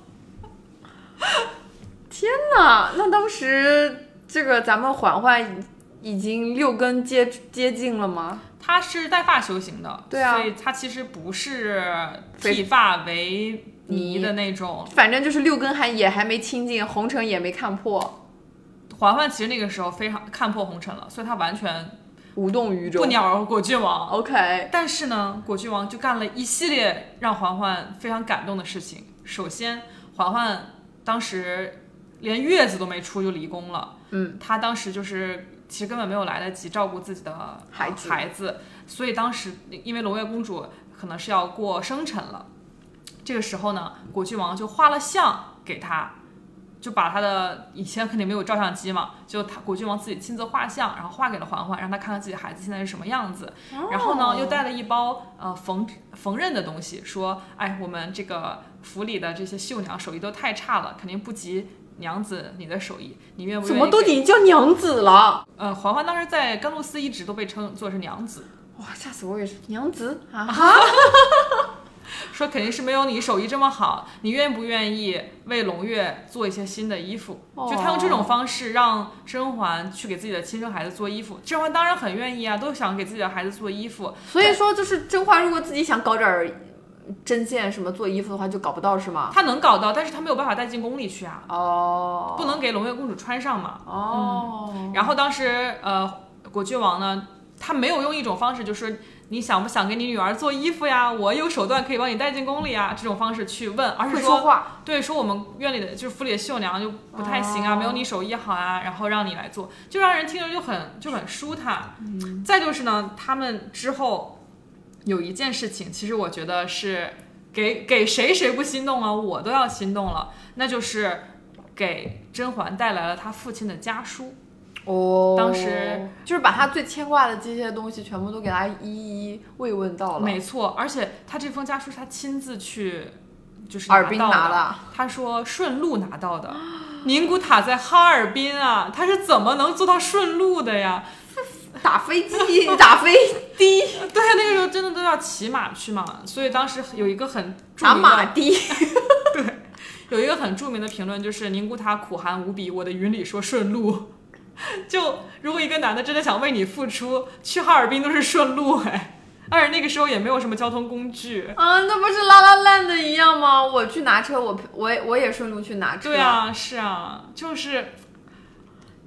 [SPEAKER 2] 那那当时这个咱们嬛嬛已已经六根接接近了吗？”
[SPEAKER 1] 他是带发修行的，
[SPEAKER 2] 对啊
[SPEAKER 1] 所以他其实不是剃发为尼的那种。
[SPEAKER 2] 反正就是六根还也还没清净，红尘也没看破，
[SPEAKER 1] 嬛嬛其实那个时候非常看破红尘了，所以她完全
[SPEAKER 2] 无动于衷
[SPEAKER 1] 不。鸟儿果郡王。
[SPEAKER 2] OK，
[SPEAKER 1] 但是呢，果郡王就干了一系列让嬛嬛非常感动的事情。首先，嬛嬛当时连月子都没出就离宫了，
[SPEAKER 2] 嗯，
[SPEAKER 1] 她当时就是其实根本没有来得及照顾自己的
[SPEAKER 2] 孩子
[SPEAKER 1] 孩子，所以当时因为胧月公主可能是要过生辰了，这个时候呢，果郡王就画了像给她。就把她的以前肯定没有照相机嘛，就他果郡王自己亲自画像，然后画给了嬛嬛，让她看看自己孩子现在是什么样子。
[SPEAKER 2] 哦
[SPEAKER 1] 然后呢，又带了一包呃缝缝纫的东西，说，哎，我们这个府里的这些绣娘手艺都太差了，肯定不及娘子你的手艺，你愿不愿意给？
[SPEAKER 2] 怎么都已经叫娘子了？
[SPEAKER 1] 呃，嬛嬛当时在甘露寺一直都被称作是娘子，
[SPEAKER 2] 哇，吓死我也是娘子啊！
[SPEAKER 1] 说肯定是没有你手艺这么好，你愿不愿意为胧月做一些新的衣服？
[SPEAKER 2] 哦
[SPEAKER 1] 就他用这种方式让甄嬛去给自己的亲生孩子做衣服，甄嬛当然很愿意啊，都想给自己的孩子做衣服，
[SPEAKER 2] 所以说，就是甄嬛如果自己想搞点儿针线什么做衣服的话，就搞不到是吗？
[SPEAKER 1] 她能搞到，但是她没有办法带进宫里去啊，
[SPEAKER 2] 哦，
[SPEAKER 1] 不能给胧月公主穿上嘛。
[SPEAKER 2] 哦，
[SPEAKER 1] 然后当时呃，果郡王呢，他没有用一种方式，就是你想不想给你女儿做衣服呀？我有手段可以帮你带进宫里啊，这种方式去问，而是
[SPEAKER 2] 会
[SPEAKER 1] 说
[SPEAKER 2] 说话，
[SPEAKER 1] 对，说我们院里的就是府里的绣娘就不太行啊，
[SPEAKER 2] 哦
[SPEAKER 1] 没有你手艺好啊，然后让你来做，就让人听着就很就很舒坦。
[SPEAKER 2] 嗯
[SPEAKER 1] 再就是呢，他们之后有一件事情，其实我觉得是给给谁谁不心动啊，我都要心动了，那就是给甄嬛带来了她父亲的家书。
[SPEAKER 2] 哦
[SPEAKER 1] 当时
[SPEAKER 2] 就是把她最牵挂的这些东西全部都给她一一慰问到了，
[SPEAKER 1] 没错，而且他这封家书是他亲自去，就是
[SPEAKER 2] 耳鬓
[SPEAKER 1] 到
[SPEAKER 2] 拿
[SPEAKER 1] 的。
[SPEAKER 2] 了，
[SPEAKER 1] 啊他说顺路拿到的，宁古塔在哈尔滨啊，他是怎么能做到顺路的呀？
[SPEAKER 2] 打飞机，打飞
[SPEAKER 1] *laughs*
[SPEAKER 2] 的，
[SPEAKER 1] 对，啊那个时候真的都要骑马去嘛，所以当时有一个很著
[SPEAKER 2] 打
[SPEAKER 1] 名的
[SPEAKER 2] 马的，
[SPEAKER 1] 有一个很著名的评论就是宁古塔苦寒无比，我的云里说顺路。 *laughs* 就如果一个男的真的想为你付出，去哈尔滨都是顺路哎， *laughs* 而且那个时候也没有什么交通工具。
[SPEAKER 2] 啊，那不是拉拉烂的一样吗？我去拿车，我我我也顺路去拿车，
[SPEAKER 1] 啊对，啊，是啊，就是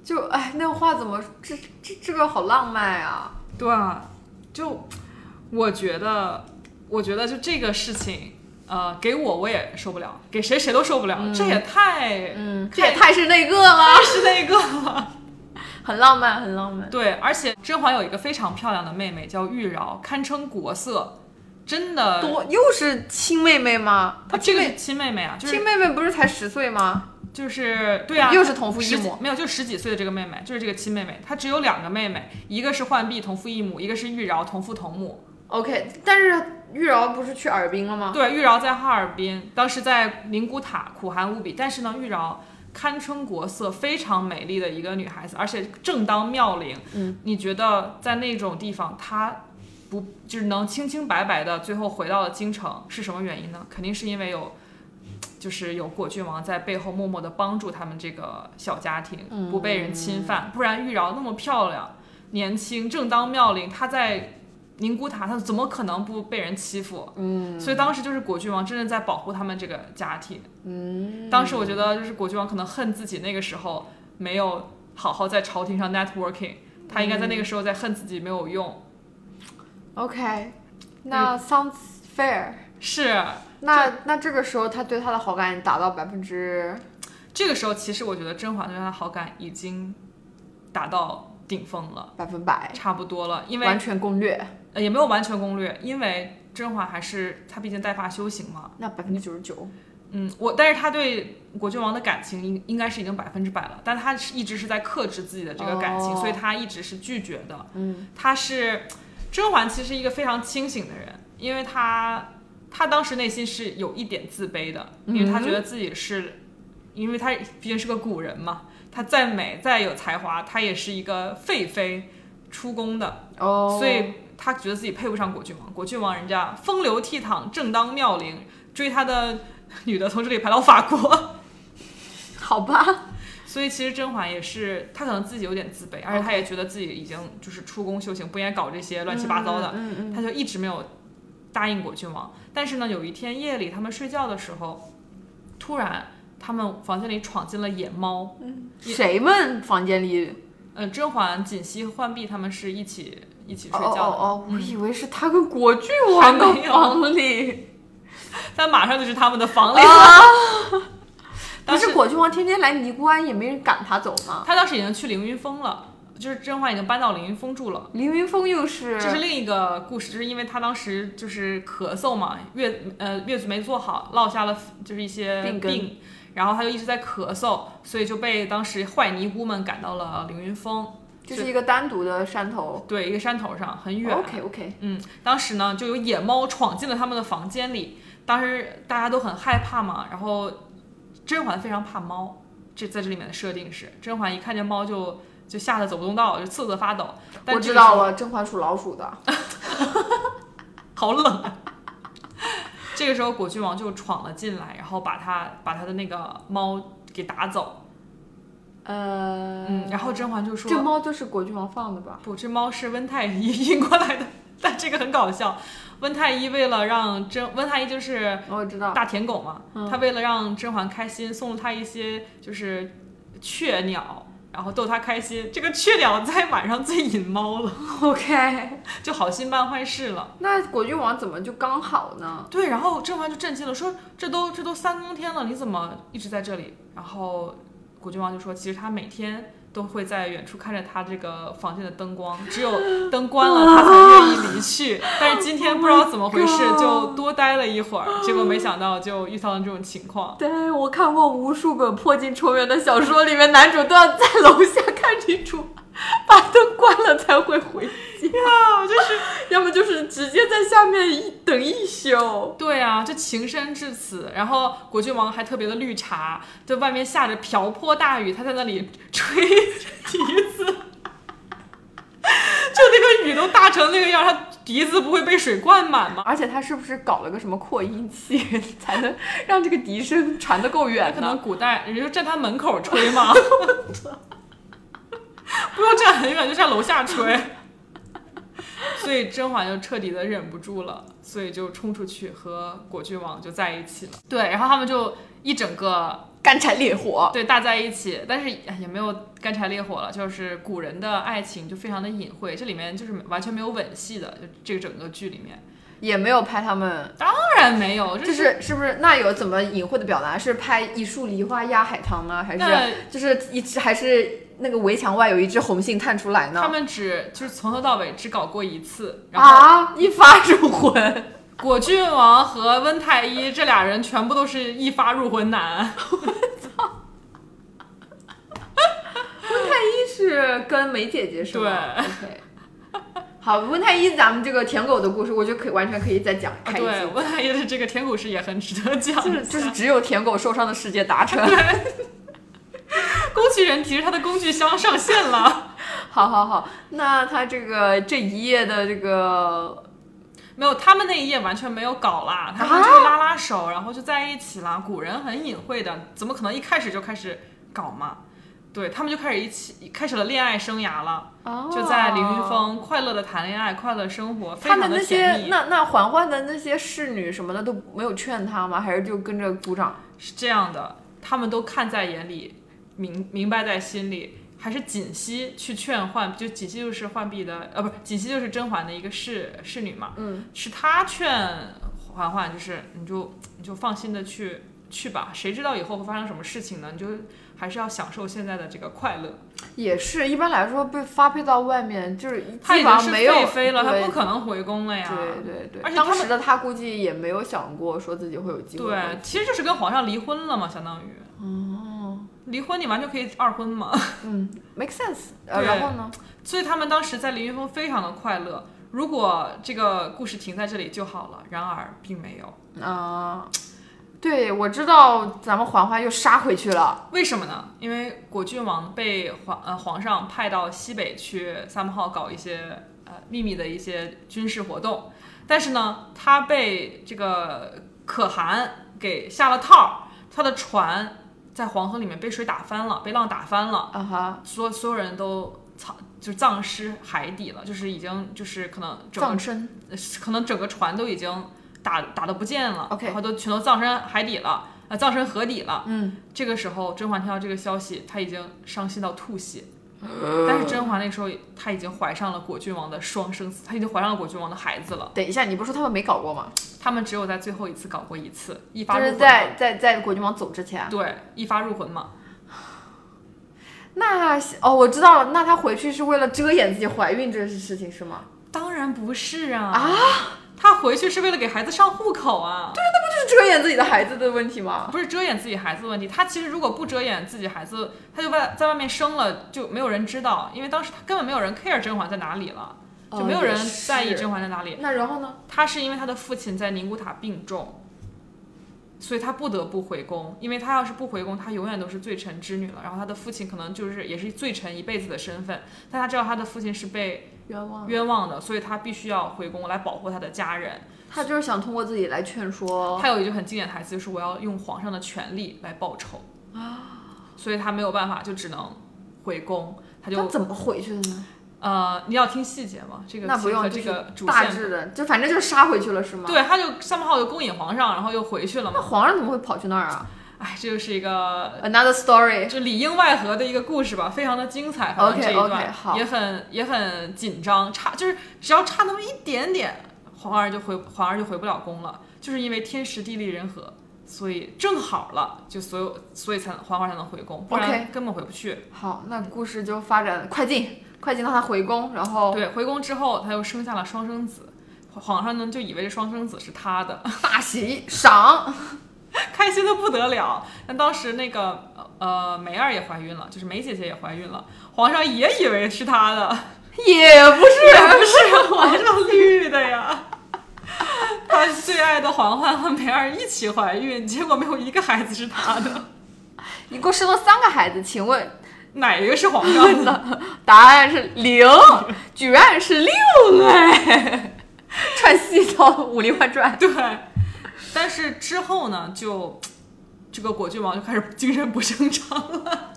[SPEAKER 2] 就哎，那话怎么这这这个好浪漫啊？
[SPEAKER 1] 对啊，就我觉得，我觉得就这个事情，呃，给我我也受不了，给谁谁都受不了，这也
[SPEAKER 2] *laughs*
[SPEAKER 1] 太
[SPEAKER 2] 嗯，这
[SPEAKER 1] 太
[SPEAKER 2] 也太是那个了，
[SPEAKER 1] 是那个了。
[SPEAKER 2] 很浪漫，很浪漫。
[SPEAKER 1] 对，而且甄嬛有一个非常漂亮的妹妹叫玉娆，堪称国色，真的。
[SPEAKER 2] 多又是亲妹妹吗？
[SPEAKER 1] 她这个亲妹妹啊，就是
[SPEAKER 2] 亲妹妹不是才十岁吗？
[SPEAKER 1] 就是对啊，
[SPEAKER 2] 又是同父异
[SPEAKER 1] 十几
[SPEAKER 2] 母。
[SPEAKER 1] 没有，就十几岁的这个妹妹，就是这个亲妹妹，她只有两个妹妹，一个是浣碧同父异母，一个是玉娆同父同母。
[SPEAKER 2] OK，但是玉娆不是去尔滨了吗？
[SPEAKER 1] 对，玉娆在哈尔滨，当时在宁古塔苦寒无比，但是呢，玉娆堪称国色，非常美丽的一个女孩子，而且正当妙龄。
[SPEAKER 2] 嗯，
[SPEAKER 1] 你觉得在那种地方，她不就是能清清白白的最后回到了京城，是什么原因呢？肯定是因为有。就是有果郡王在背后默默的帮助他们这个小家庭，
[SPEAKER 2] 嗯
[SPEAKER 1] 不被人侵犯，不然玉娆那么漂亮、年轻、正当妙龄，她在宁古塔，她怎么可能不被人欺负？
[SPEAKER 2] 嗯
[SPEAKER 1] 所以当时就是果郡王真的在保护他们这个家庭。嗯，当时我觉得就是果郡王可能恨自己那个时候没有好好在朝廷上 networking，他应该在那个时候在恨自己没有用。
[SPEAKER 2] ，OK，那 sounds fair。
[SPEAKER 1] 是
[SPEAKER 2] 那那这个时候他对他的好感达到百分之
[SPEAKER 1] 这个时候，其实我觉得甄嬛对他的好感已经达到顶峰了，
[SPEAKER 2] 百分百，
[SPEAKER 1] 差不多了，因为
[SPEAKER 2] 完全攻略。
[SPEAKER 1] 呃也没有完全攻略，因为甄嬛还是她毕竟带发修行嘛。
[SPEAKER 2] 那百分之九十九，
[SPEAKER 1] 嗯，我但是他对果郡王的感情应应该是已经百分之百了，但他是一直是在克制自己的这个感情，
[SPEAKER 2] 哦
[SPEAKER 1] 所以他一直是拒绝的。
[SPEAKER 2] 嗯，
[SPEAKER 1] 他是甄嬛其实一个非常清醒的人，因为他他当时内心是有一点自卑的，因为他觉
[SPEAKER 2] 嗯
[SPEAKER 1] 得自己是，因为他毕竟是个古人嘛，他再美再有才华，他也是一个废妃出宫的，
[SPEAKER 2] 哦，
[SPEAKER 1] 所以他觉得自己配不上果郡王。果郡王人家风流倜傥，正当妙龄，追他的女的从这里排到法国。 *laughs*
[SPEAKER 2] 好吧，
[SPEAKER 1] 所以其实甄嬛也是，她可能自己有点自卑，而且她也觉得自己已经就是出宫修行，不应该搞这些乱七八糟的，
[SPEAKER 2] 嗯嗯
[SPEAKER 1] 她就一直没有答应果郡王。但是呢，有一天夜里他们睡觉的时候，突然他们房间里闯进了野猫。
[SPEAKER 2] 嗯，谁们房间里？
[SPEAKER 1] 呃，甄嬛、锦汐和浣碧他们是一起一起
[SPEAKER 2] 哦
[SPEAKER 1] 睡
[SPEAKER 2] 哦
[SPEAKER 1] 觉的，
[SPEAKER 2] 哦，我以为是他跟国剧王的
[SPEAKER 1] 还没有
[SPEAKER 2] 房里， *laughs*
[SPEAKER 1] 但马上就是他们的房里了。
[SPEAKER 2] 啊，不
[SPEAKER 1] 当时
[SPEAKER 2] 是果郡王天天来尼姑庵，也没人赶他走吗？
[SPEAKER 1] 他当时已经去凌云峰了，就是甄嬛已经搬到凌云峰住了。
[SPEAKER 2] 凌云峰又是，
[SPEAKER 1] 这是另一个故事，就是因为他当时就是咳嗽嘛，月呃月子没做好，落下了就是一些
[SPEAKER 2] 病
[SPEAKER 1] 病，
[SPEAKER 2] 根
[SPEAKER 1] 然后他就一直在咳嗽，所以就被当时坏尼姑们赶到了凌云峰，
[SPEAKER 2] 这啊是一个单独的山头。
[SPEAKER 1] 对，一个山头上很远。
[SPEAKER 2] OK OK，
[SPEAKER 1] 嗯，当时呢就有野猫闯进了他们的房间里，当时大家都很害怕嘛。然后甄嬛非常怕猫，这在这里面的设定是，甄嬛一看见猫就就吓得走不动道，就瑟瑟发抖。但
[SPEAKER 2] 我
[SPEAKER 1] 这
[SPEAKER 2] 知
[SPEAKER 1] 个
[SPEAKER 2] 道
[SPEAKER 1] 时候，
[SPEAKER 2] 了，甄嬛属老鼠的。
[SPEAKER 1] *laughs* 好冷啊。 *laughs* 这个时候，果郡王就闯了进来，然后把他把他的那个猫给打走。
[SPEAKER 2] 呃，
[SPEAKER 1] 嗯，然后甄嬛就说：“
[SPEAKER 2] 这猫就是果郡王放的吧？
[SPEAKER 1] 不，这猫是温太医 *laughs* 引过来的。”但这个很搞笑，温太医为了让甄温太医就是
[SPEAKER 2] 哦我知道。
[SPEAKER 1] 大舔狗嘛，
[SPEAKER 2] 嗯
[SPEAKER 1] 他为了让甄嬛开心，送了她一些就是雀鸟，然后逗她开心。这个雀鸟在晚上最引猫了，
[SPEAKER 2] *laughs*
[SPEAKER 1] *laughs*
[SPEAKER 2] OK，
[SPEAKER 1] 就好心办坏事了。
[SPEAKER 2] *laughs* 那果郡王怎么就刚好呢？
[SPEAKER 1] 对，然后甄嬛就震惊了，说这都这都三更天了，你怎么一直在这里？然后果郡王就说，其实他每天都会在远处看着他这个房间的灯光，只有 *laughs* 灯关了，他才愿意离 *laughs* 去。但是今天不知道怎么回事，就多待了一会儿，结果没想到就遇到了这种情况。
[SPEAKER 2] 对，我看过无数本破镜重圆的小说，里面男主都要在楼下看女主，把灯关了才会回家，
[SPEAKER 1] 啊，就是。
[SPEAKER 2] 要么就是直接在下面一等一宿。
[SPEAKER 1] 对啊，就情深至此。然后果郡王还特别的绿茶，就外面下着瓢泼大雨，他在那里吹笛子， *laughs* 就那个雨都大成那个样，他笛子不会被水灌满吗？
[SPEAKER 2] 而且他是不是搞了个什么扩音器， *laughs* 才能让这个笛声传得够远
[SPEAKER 1] 可
[SPEAKER 2] 呢
[SPEAKER 1] 能？古代人就站他门口吹嘛， *laughs* 不用站很远，就站楼下吹。所以甄嬛就彻底的忍不住了，所以就冲出去和果郡王就在一起了。对，然后他们就一整个
[SPEAKER 2] 干柴烈火。
[SPEAKER 1] 对，大在一起，但是哎也没有干柴烈火了，就是古人的爱情就非常的隐晦，这里面就是完全没有吻戏的，就这个整个剧里面，
[SPEAKER 2] 也没有拍他们，
[SPEAKER 1] 当然没有，这
[SPEAKER 2] 就是是是不是？那有怎么隐晦的表达？是拍一树梨花压海棠呢，还是
[SPEAKER 1] 那
[SPEAKER 2] 就是一只还是那个围墙外有一只红杏探出来
[SPEAKER 1] 他
[SPEAKER 2] 呢？
[SPEAKER 1] 们只就是从头到尾只搞过一次，然后
[SPEAKER 2] 嗯啊，一发入魂，
[SPEAKER 1] 果郡王和温太医这俩人全部都是一发入魂男，
[SPEAKER 2] 一是跟梅姐姐是吗？
[SPEAKER 1] 对
[SPEAKER 2] OK 好，温太医，咱们这个舔狗的故事，我就可以完全可以再讲开一
[SPEAKER 1] 对，
[SPEAKER 2] 集，
[SPEAKER 1] 温太医的这个舔狗是也很值得讲
[SPEAKER 2] 就
[SPEAKER 1] 一
[SPEAKER 2] 是就
[SPEAKER 1] 下
[SPEAKER 2] 是只有舔狗受伤的世界达成。
[SPEAKER 1] 工具人提着他的工具箱上线了，
[SPEAKER 2] *laughs* 好好好，那他这个这一页的这个
[SPEAKER 1] 没有，他们那一夜完全没有搞
[SPEAKER 2] 啊
[SPEAKER 1] 啦，他们就是拉拉手，然后就在一起啦。古人很隐晦的，怎么可能一开始就开始搞嘛？对他们就开始一起开始了恋爱生涯了，就在凌云
[SPEAKER 2] 峰。
[SPEAKER 1] 峰快乐的谈恋爱，快乐地生活，非
[SPEAKER 2] 哦他的
[SPEAKER 1] 常
[SPEAKER 2] 那
[SPEAKER 1] 的
[SPEAKER 2] 些
[SPEAKER 1] 甜蜜。
[SPEAKER 2] 那那嬛嬛的那些侍女什么的都没有劝他吗？还是就跟着鼓掌？
[SPEAKER 1] 是这样的，他们都看在眼里，明明白在心里。还是槿汐去劝浣，就槿汐就是浣碧的，呃，不是槿汐就是甄嬛的一个侍侍女嘛，
[SPEAKER 2] 嗯，
[SPEAKER 1] 是她劝嬛嬛，就是你就你就放心的去去吧，谁知道以后会发生什么事情呢？你就还是要享受现在的这个快乐。
[SPEAKER 2] 也是一般来说被发配到外面，就是
[SPEAKER 1] 她
[SPEAKER 2] 基
[SPEAKER 1] 已
[SPEAKER 2] 本
[SPEAKER 1] 经
[SPEAKER 2] 上
[SPEAKER 1] 是
[SPEAKER 2] 嗯没有
[SPEAKER 1] 废妃了，她
[SPEAKER 2] 对
[SPEAKER 1] 不可能回宫了呀。
[SPEAKER 2] 对对对，
[SPEAKER 1] 而且他
[SPEAKER 2] 当
[SPEAKER 1] 们
[SPEAKER 2] 时的他估计也没有想过说自己会有机会回去。
[SPEAKER 1] 对，其实就是跟皇上离婚了嘛，相当于。哦。离婚你完全可以二婚嘛。
[SPEAKER 2] 嗯，make sense。呃，
[SPEAKER 1] 对
[SPEAKER 2] 然后呢？
[SPEAKER 1] 所以他们当时在凌云峰非常的快乐。如果这个故事停在这里就好了，然而并没有，
[SPEAKER 2] 啊、对，我知道咱们嬛嬛又杀回去了。
[SPEAKER 1] 为什么呢？因为果郡王被皇呃皇上派到西北去萨摩号搞一些呃秘密的一些军事活动，但是呢，他被这个可汗给下了套，他的船在黄河里面被水打翻了，被浪打翻了，
[SPEAKER 2] 啊哈，
[SPEAKER 1] 所所有人都藏就葬尸海底了，就是已经就是可能整个
[SPEAKER 2] 葬身。
[SPEAKER 1] 可能整个船都已经打打的不见了
[SPEAKER 2] OK
[SPEAKER 1] 然后都全都葬身海底了，呃，葬身河底了。
[SPEAKER 2] 嗯，
[SPEAKER 1] 这个时候，甄嬛听到这个消息，她已经伤心到吐血。但是甄嬛那时候，她已经怀上了果郡王的双生子，她已经怀上了果郡王的孩子了。
[SPEAKER 2] 等一下，你不是说他们没搞过吗？
[SPEAKER 1] 他们只有在最后一次搞过一次，一发入
[SPEAKER 2] 就是
[SPEAKER 1] 魂。
[SPEAKER 2] 在在在果郡王走之前。
[SPEAKER 1] 对，一发入魂嘛。
[SPEAKER 2] 那哦，我知道了。那她回去是为了遮掩自己怀孕这件事情是吗？
[SPEAKER 1] 当然不是啊啊！她回去是为了给孩子上户口啊。
[SPEAKER 2] 就是遮掩自己的孩子的问题吗？
[SPEAKER 1] 不是遮掩自己孩子的问题，他其实如果不遮掩自己孩子，他就外在外面生了，就没有人知道，因为当时他根本没有人 care 甄嬛在哪里了，
[SPEAKER 2] 哦
[SPEAKER 1] 就没有人在意甄嬛在哪里。
[SPEAKER 2] 那然后呢？
[SPEAKER 1] 他是因为他的父亲在宁古塔病重，所以他不得不回宫，因为他要是不回宫，他永远都是罪臣之女了。然后他的父亲可能就是也是罪臣一辈子的身份，但他知道他的父亲是被
[SPEAKER 2] 冤枉。
[SPEAKER 1] 冤枉的，所以他必须要回宫来保护他的家人。
[SPEAKER 2] 她就是想通过自己来劝说。
[SPEAKER 1] 他有一句很经典的台词，就是我要用皇上的权力来报仇啊，所以他没有办法，就只能回宫。他
[SPEAKER 2] 她
[SPEAKER 1] 就
[SPEAKER 2] 怎么回去的呢？
[SPEAKER 1] 呃，你要听细节吗？这个
[SPEAKER 2] 那不
[SPEAKER 1] 其实和
[SPEAKER 2] 用，
[SPEAKER 1] 这
[SPEAKER 2] 就是
[SPEAKER 1] 个主
[SPEAKER 2] 大
[SPEAKER 1] 线，
[SPEAKER 2] 致的，就反正就是杀回去了是吗？。
[SPEAKER 1] 对，他就三号就勾引皇上，然后又回去了
[SPEAKER 2] 那
[SPEAKER 1] 嘛。
[SPEAKER 2] 皇上怎么会跑去那儿啊
[SPEAKER 1] 哎，这就是一个
[SPEAKER 2] ？Another story。
[SPEAKER 1] 就里应外合的一个故事吧，非常的精彩。反正
[SPEAKER 2] OK，
[SPEAKER 1] 这一
[SPEAKER 2] OK，
[SPEAKER 1] 段
[SPEAKER 2] 好
[SPEAKER 1] 也很也很紧张，差就是只要差那么一点点，皇儿就回皇儿就回不了宫了，就是因为天时地利人和。所以正好了，就所有，所以才能皇儿才能回宫，不
[SPEAKER 2] OK
[SPEAKER 1] 然根本回不去。
[SPEAKER 2] 好，那故事就发展快进，快进到她回宫，然后
[SPEAKER 1] 对，回宫之后，他又生下了双生子，皇上呢就以为这双生子是他的， *laughs*
[SPEAKER 2] 大喜赏。
[SPEAKER 1] 开心的不得了。但当时那个呃梅儿也怀孕了，就是梅姐姐也怀孕了，皇上也以为是他的，
[SPEAKER 2] 也不
[SPEAKER 1] *laughs*
[SPEAKER 2] 是，
[SPEAKER 1] 不是皇 *laughs* 上绿的呀。他最爱的嬛嬛和梅儿一起怀孕，结果没有一个孩子是他的，
[SPEAKER 2] 一共生了三个孩子，请问
[SPEAKER 1] 哪一个是皇上的？
[SPEAKER 2] 答案是零，居然是六哎， *laughs* 串戏到《武林外传
[SPEAKER 1] *laughs* 对。但是之后呢，就这个果郡王就开始精神不正常了。》，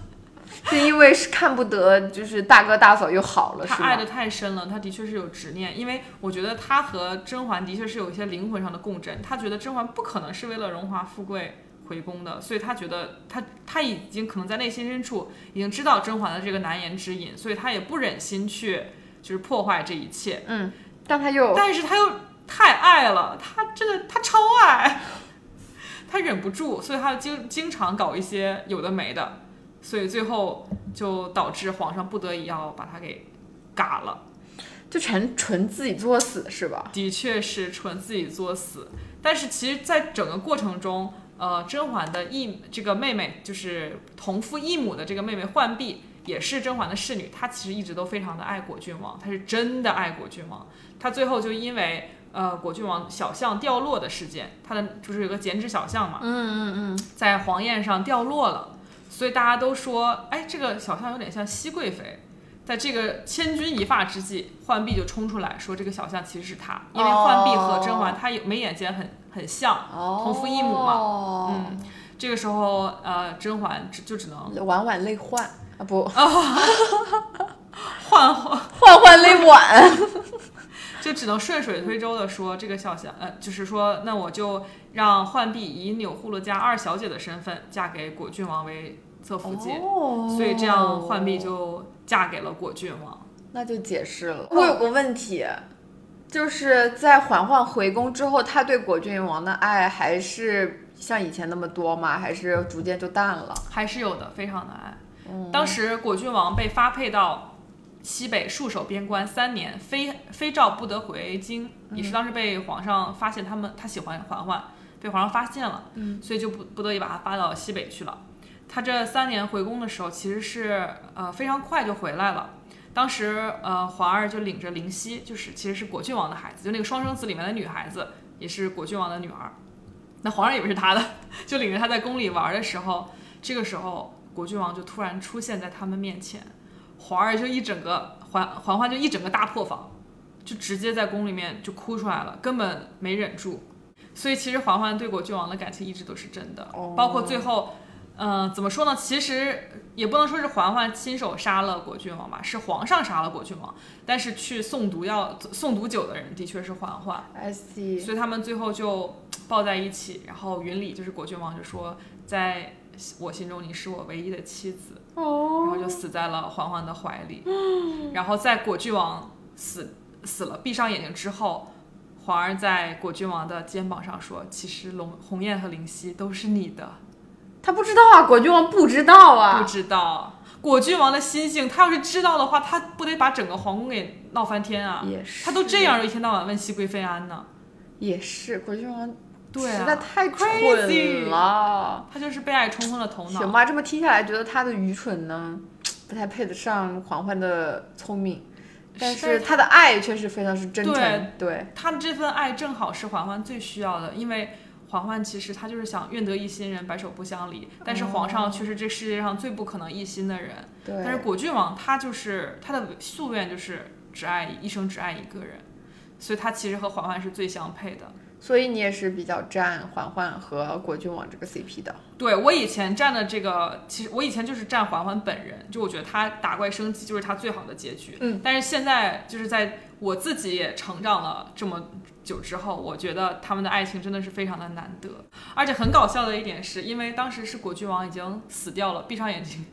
[SPEAKER 2] 是因为是看不得，就是大哥大嫂又好了，是
[SPEAKER 1] 他爱
[SPEAKER 2] 吗
[SPEAKER 1] 的？太深了，他的确是有执念，因为我觉得他和甄嬛的确是有一些灵魂上的共振。他觉得甄嬛不可能是为了荣华富贵回宫的，所以他觉得他他已经可能在内心深处已经知道甄嬛的这个难言之隐，所以他也不忍心去就是破坏这一切，
[SPEAKER 2] 嗯但他又
[SPEAKER 1] 但是他又太爱了，他真的他超爱，他忍不住，所以他经经常搞一些有的没的，所以最后就导致皇上不得已要把他给嘎了。
[SPEAKER 2] 就纯纯自己作死是吧？
[SPEAKER 1] 的确是纯自己作死。但是其实，在整个过程中，呃，甄嬛的义这个妹妹，就是同父异母的这个妹妹浣碧，也是甄嬛的侍女。她其实一直都非常的爱果郡王，她是真的爱果郡王。她最后就因为呃果郡王小象掉落的事件，她的就是有个剪纸小象嘛，嗯嗯嗯，在黄宴上掉落了，所以大家都说，哎，这个小象有点像熹贵妃。在这个千钧一发之际，浣碧就冲出来说：“这个小象其实是她，因为浣碧和甄嬛她有眉眼间很很像，同父异母嘛。
[SPEAKER 2] 哦，
[SPEAKER 1] 嗯，这个时候呃，甄嬛只就只能
[SPEAKER 2] 婉婉嗯泪焕啊不，
[SPEAKER 1] 哦换换，
[SPEAKER 2] 焕焕泪婉。
[SPEAKER 1] 就只能顺水推舟的说这个小象，呃，就是说那我就让浣碧以钮祜禄家二小姐的身份嫁给果郡王为侧福晋，
[SPEAKER 2] 哦
[SPEAKER 1] 所以这样浣碧就嫁给了果郡王。
[SPEAKER 2] 那就解释
[SPEAKER 1] 哦
[SPEAKER 2] 了。我有个问题，就是在嬛嬛回宫之后，她对果郡王的爱还是像以前那么多吗？还是逐渐就淡了？
[SPEAKER 1] 还是有的，非常的爱。当时果郡王被发配到西北戍守边关三年，非非诏不得回京，也是当时被皇上发现他们他喜欢嬛嬛，被皇上发现了，所以就不不得已把他发到西北去了。他这三年回宫的时候，其实是呃非常快就回来了。当时呃，皇儿就领着灵犀，就是其实是果郡王的孩子，就那个双生子里面的女孩子，也是果郡王的女儿。那皇上以为是他的，就领着他在宫里玩的时候，这个时候果郡王就突然出现在他们面前，皇儿就一整个嬛嬛嬛就一整个大破防，就直接在宫里面就哭出来了，根本没忍住。所以其实嬛嬛对果郡王的感情一直都是真的，
[SPEAKER 2] 哦
[SPEAKER 1] 包括最后，嗯、怎么说呢？其实也不能说是嬛嬛亲手杀了果郡王吧，是皇上杀了果郡王，但是去送毒药、送毒酒的人的确是嬛嬛。
[SPEAKER 2] I see。
[SPEAKER 1] 所以他们最后就抱在一起，然后云里就是果郡王就说，在我心中你是我唯一的妻子，然后
[SPEAKER 2] 哦，
[SPEAKER 1] 就死在了嬛嬛的怀里。然后在果郡王死死了，闭上眼睛之后，嬛儿在果郡王的肩膀上说，其实龙鸿雁和灵犀都是你的，
[SPEAKER 2] 他不知道啊，果郡王不知道
[SPEAKER 1] 不
[SPEAKER 2] 啊。
[SPEAKER 1] 知道。果郡王的心性，他要是知道的话，他不得把整个皇宫给闹翻天啊！
[SPEAKER 2] 也是
[SPEAKER 1] 他都这样了，一天到晚问熹贵妃安呢。
[SPEAKER 2] 也是，果郡王
[SPEAKER 1] 对啊
[SPEAKER 2] 实在太蠢
[SPEAKER 1] crazy
[SPEAKER 2] 了。
[SPEAKER 1] 他就是被爱冲昏了头脑。
[SPEAKER 2] 行吧，这么听下来，觉得他的愚蠢呢，不太配得上嬛嬛的聪明，但
[SPEAKER 1] 是
[SPEAKER 2] 是他的爱确实非常是真诚。
[SPEAKER 1] 对
[SPEAKER 2] 对
[SPEAKER 1] 他这份爱正好是嬛嬛最需要的，因为嬛嬛其实她就是想愿得一心人，白首不相离。
[SPEAKER 2] 嗯
[SPEAKER 1] 但是皇上却是这世界上最不可能一心的人。
[SPEAKER 2] 对
[SPEAKER 1] 但是果郡王他就是他的夙愿就是只爱一生只爱一个人，所以他其实和嬛嬛是最相配的。
[SPEAKER 2] 所以你也是比较站嬛嬛和果郡王这个 CP 的。
[SPEAKER 1] 对我以前站的这个，其实我以前就是站嬛嬛本人，就我觉得她打怪升级就是她最好的结局。
[SPEAKER 2] 嗯，
[SPEAKER 1] 但是现在就是在我自己也成长了这么久之后，我觉得他们的爱情真的是非常的难得。而且很搞笑的一点是，因为当时是果郡王已经死掉了，闭上眼睛，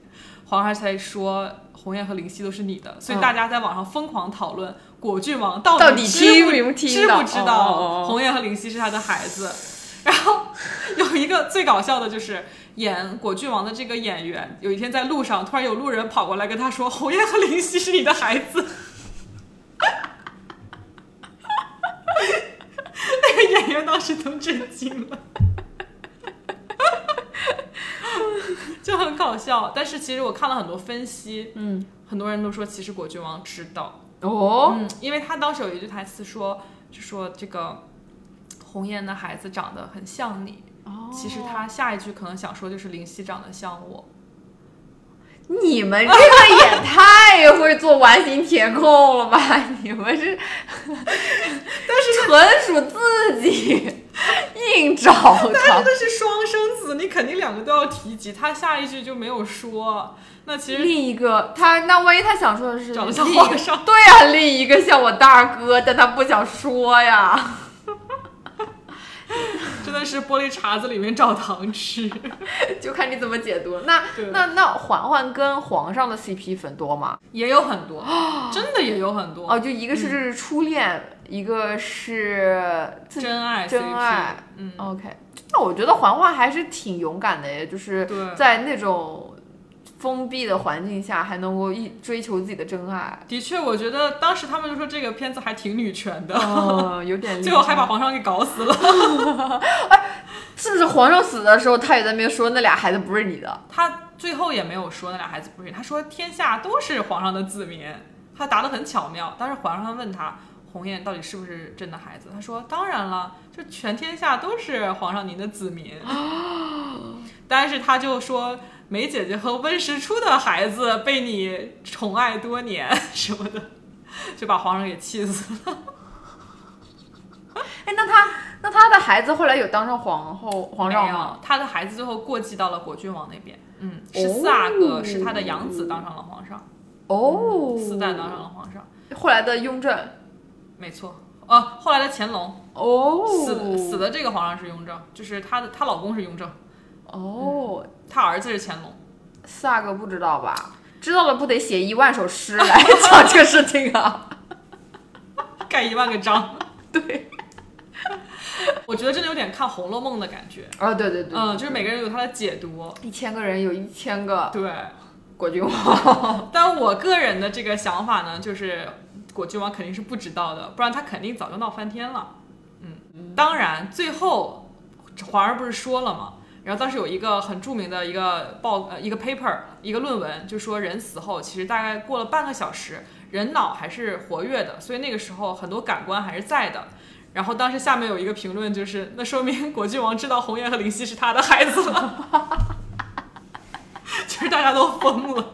[SPEAKER 1] 皇上才说鸿雁和灵犀都是你的，所以
[SPEAKER 2] 嗯
[SPEAKER 1] 大家在网上疯狂讨论果郡王到
[SPEAKER 2] 到底
[SPEAKER 1] 知
[SPEAKER 2] 听没
[SPEAKER 1] 不
[SPEAKER 2] 听
[SPEAKER 1] 知
[SPEAKER 2] 到
[SPEAKER 1] 不知
[SPEAKER 2] 哦哦哦
[SPEAKER 1] 道鸿雁和灵犀是他的孩子。然后有一个最搞笑的就是演果郡王的这个演员，有一天在路上突然有路人跑过来跟他说：“鸿雁和灵犀是你的孩子。”那个演员当时都震惊了， *laughs* 就很搞笑。但是其实我看了很多分析，
[SPEAKER 2] 嗯，
[SPEAKER 1] 很多人都说其实果郡王知道，
[SPEAKER 2] 哦，
[SPEAKER 1] 嗯，因为他当时有一句台词说，就说这个红颜的孩子长得很像你。
[SPEAKER 2] 哦
[SPEAKER 1] 其实他下一句可能想说就是灵犀长得像我，
[SPEAKER 2] 哦你们这个 *laughs* 也太会做完形填空了吧？你们是，但是纯属自己硬找
[SPEAKER 1] 但是
[SPEAKER 2] 的。
[SPEAKER 1] 他是双生子，你肯定两个都要提及。他下一句就没有说，那其实
[SPEAKER 2] 另一个他，那万一他想说的是
[SPEAKER 1] 长得像 *laughs*
[SPEAKER 2] 另一
[SPEAKER 1] 皇上
[SPEAKER 2] 对呀、另一个像我大哥，但他不想说呀。
[SPEAKER 1] 真的是玻璃碴子里面找糖吃。
[SPEAKER 2] *laughs* 就看你怎么解读了。那
[SPEAKER 1] *laughs* 对
[SPEAKER 2] 那那嬛嬛跟皇上的 CP 粉多吗？
[SPEAKER 1] 也有很
[SPEAKER 2] *gasps*
[SPEAKER 1] 多，真的也有很多。
[SPEAKER 2] 哦，就一个
[SPEAKER 1] 嗯
[SPEAKER 2] 是初恋，一个是自
[SPEAKER 1] 真爱 CP，
[SPEAKER 2] 真爱哦
[SPEAKER 1] 嗯，
[SPEAKER 2] OK，那我觉得环环还是挺勇敢的耶，就是
[SPEAKER 1] 对，
[SPEAKER 2] 在那种封闭的环境下，还能够一追求自己的真爱
[SPEAKER 1] 的确，我觉得当时他们就说这个片子还挺女权的，
[SPEAKER 2] 嗯， *laughs* 有点厉害
[SPEAKER 1] *laughs* 哦最后还把皇上给搞死了。
[SPEAKER 2] 是不是皇上死的时候，他也在那边说那俩孩子不是你的？
[SPEAKER 1] 他最后也没有说那俩孩子不是，他说天下都是皇上的子民，他答得很巧妙。但是皇上问他鸿雁到底是不是真的孩子，他说当然了，就全天下都是皇上您的子民。但是他就说梅姐姐和温实初的孩子被你宠爱多年什么的，就把皇上给气死了。
[SPEAKER 2] 哎，那他那他的孩子后来有当上皇后皇上
[SPEAKER 1] 没
[SPEAKER 2] 吗？
[SPEAKER 1] 有，他的孩子最后过继到了果郡王那边。嗯，
[SPEAKER 2] 哦
[SPEAKER 1] 十四阿哥是他的养子当上了皇上，
[SPEAKER 2] 哦，
[SPEAKER 1] 四代当上了皇上。
[SPEAKER 2] 后来的雍正
[SPEAKER 1] 没错，呃，后来的乾隆
[SPEAKER 2] 哦
[SPEAKER 1] 死的死的这个皇上是雍正，就是她的她老公是雍正，
[SPEAKER 2] 哦，
[SPEAKER 1] 她儿子是乾隆。
[SPEAKER 2] 四阿哥不知道吧？知道了不得写一万首诗 *laughs* 来讲这个事情啊？
[SPEAKER 1] 盖一万个章，
[SPEAKER 2] *laughs* 对，
[SPEAKER 1] *laughs* 我觉得真的有点看《红楼梦》的感觉，
[SPEAKER 2] 啊、对对对，
[SPEAKER 1] 嗯，就是每个人有他的解读，
[SPEAKER 2] 一千个人有一千个
[SPEAKER 1] 对。
[SPEAKER 2] 果郡王。
[SPEAKER 1] 但我个人的这个想法呢，就是果郡王肯定是不知道的，不然他肯定早就闹翻天了。嗯，当然最后皇上不是说了吗？然后当时有一个很著名的一个报呃一个 paper 一个论文，就说人死后其实大概过了半个小时，人脑还是活跃的，所以那个时候很多感官还是在的。然后当时下面有一个评论，就是 *laughs* 那说明果郡王知道红颜和灵犀是他的孩子了， *laughs* 就是大家都疯了。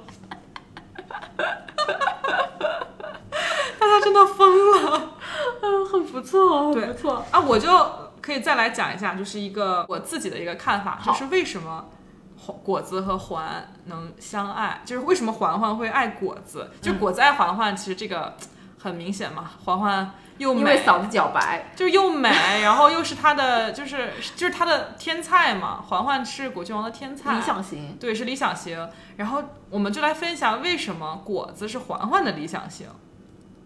[SPEAKER 1] 大家真的疯了
[SPEAKER 2] 嗯，很 *laughs* 不错，
[SPEAKER 1] 对
[SPEAKER 2] 很不错。
[SPEAKER 1] 啊！我就可以再来讲一下，就是一个我自己的一个看法，
[SPEAKER 2] 好
[SPEAKER 1] 就是为什么环果子和环能相爱，就是为什么环环会爱果子，
[SPEAKER 2] 嗯
[SPEAKER 1] 就果子爱环环，其实这个很明显嘛，环环又
[SPEAKER 2] 因为
[SPEAKER 1] 美。
[SPEAKER 2] 嫂子脚白，
[SPEAKER 1] 就是又美，然后又是她的，就是就是她的天菜嘛。环环是果郡王的天菜，
[SPEAKER 2] 理想型。
[SPEAKER 1] 对，是理想型。然后我们就来分享为什么果子是环环的理想型。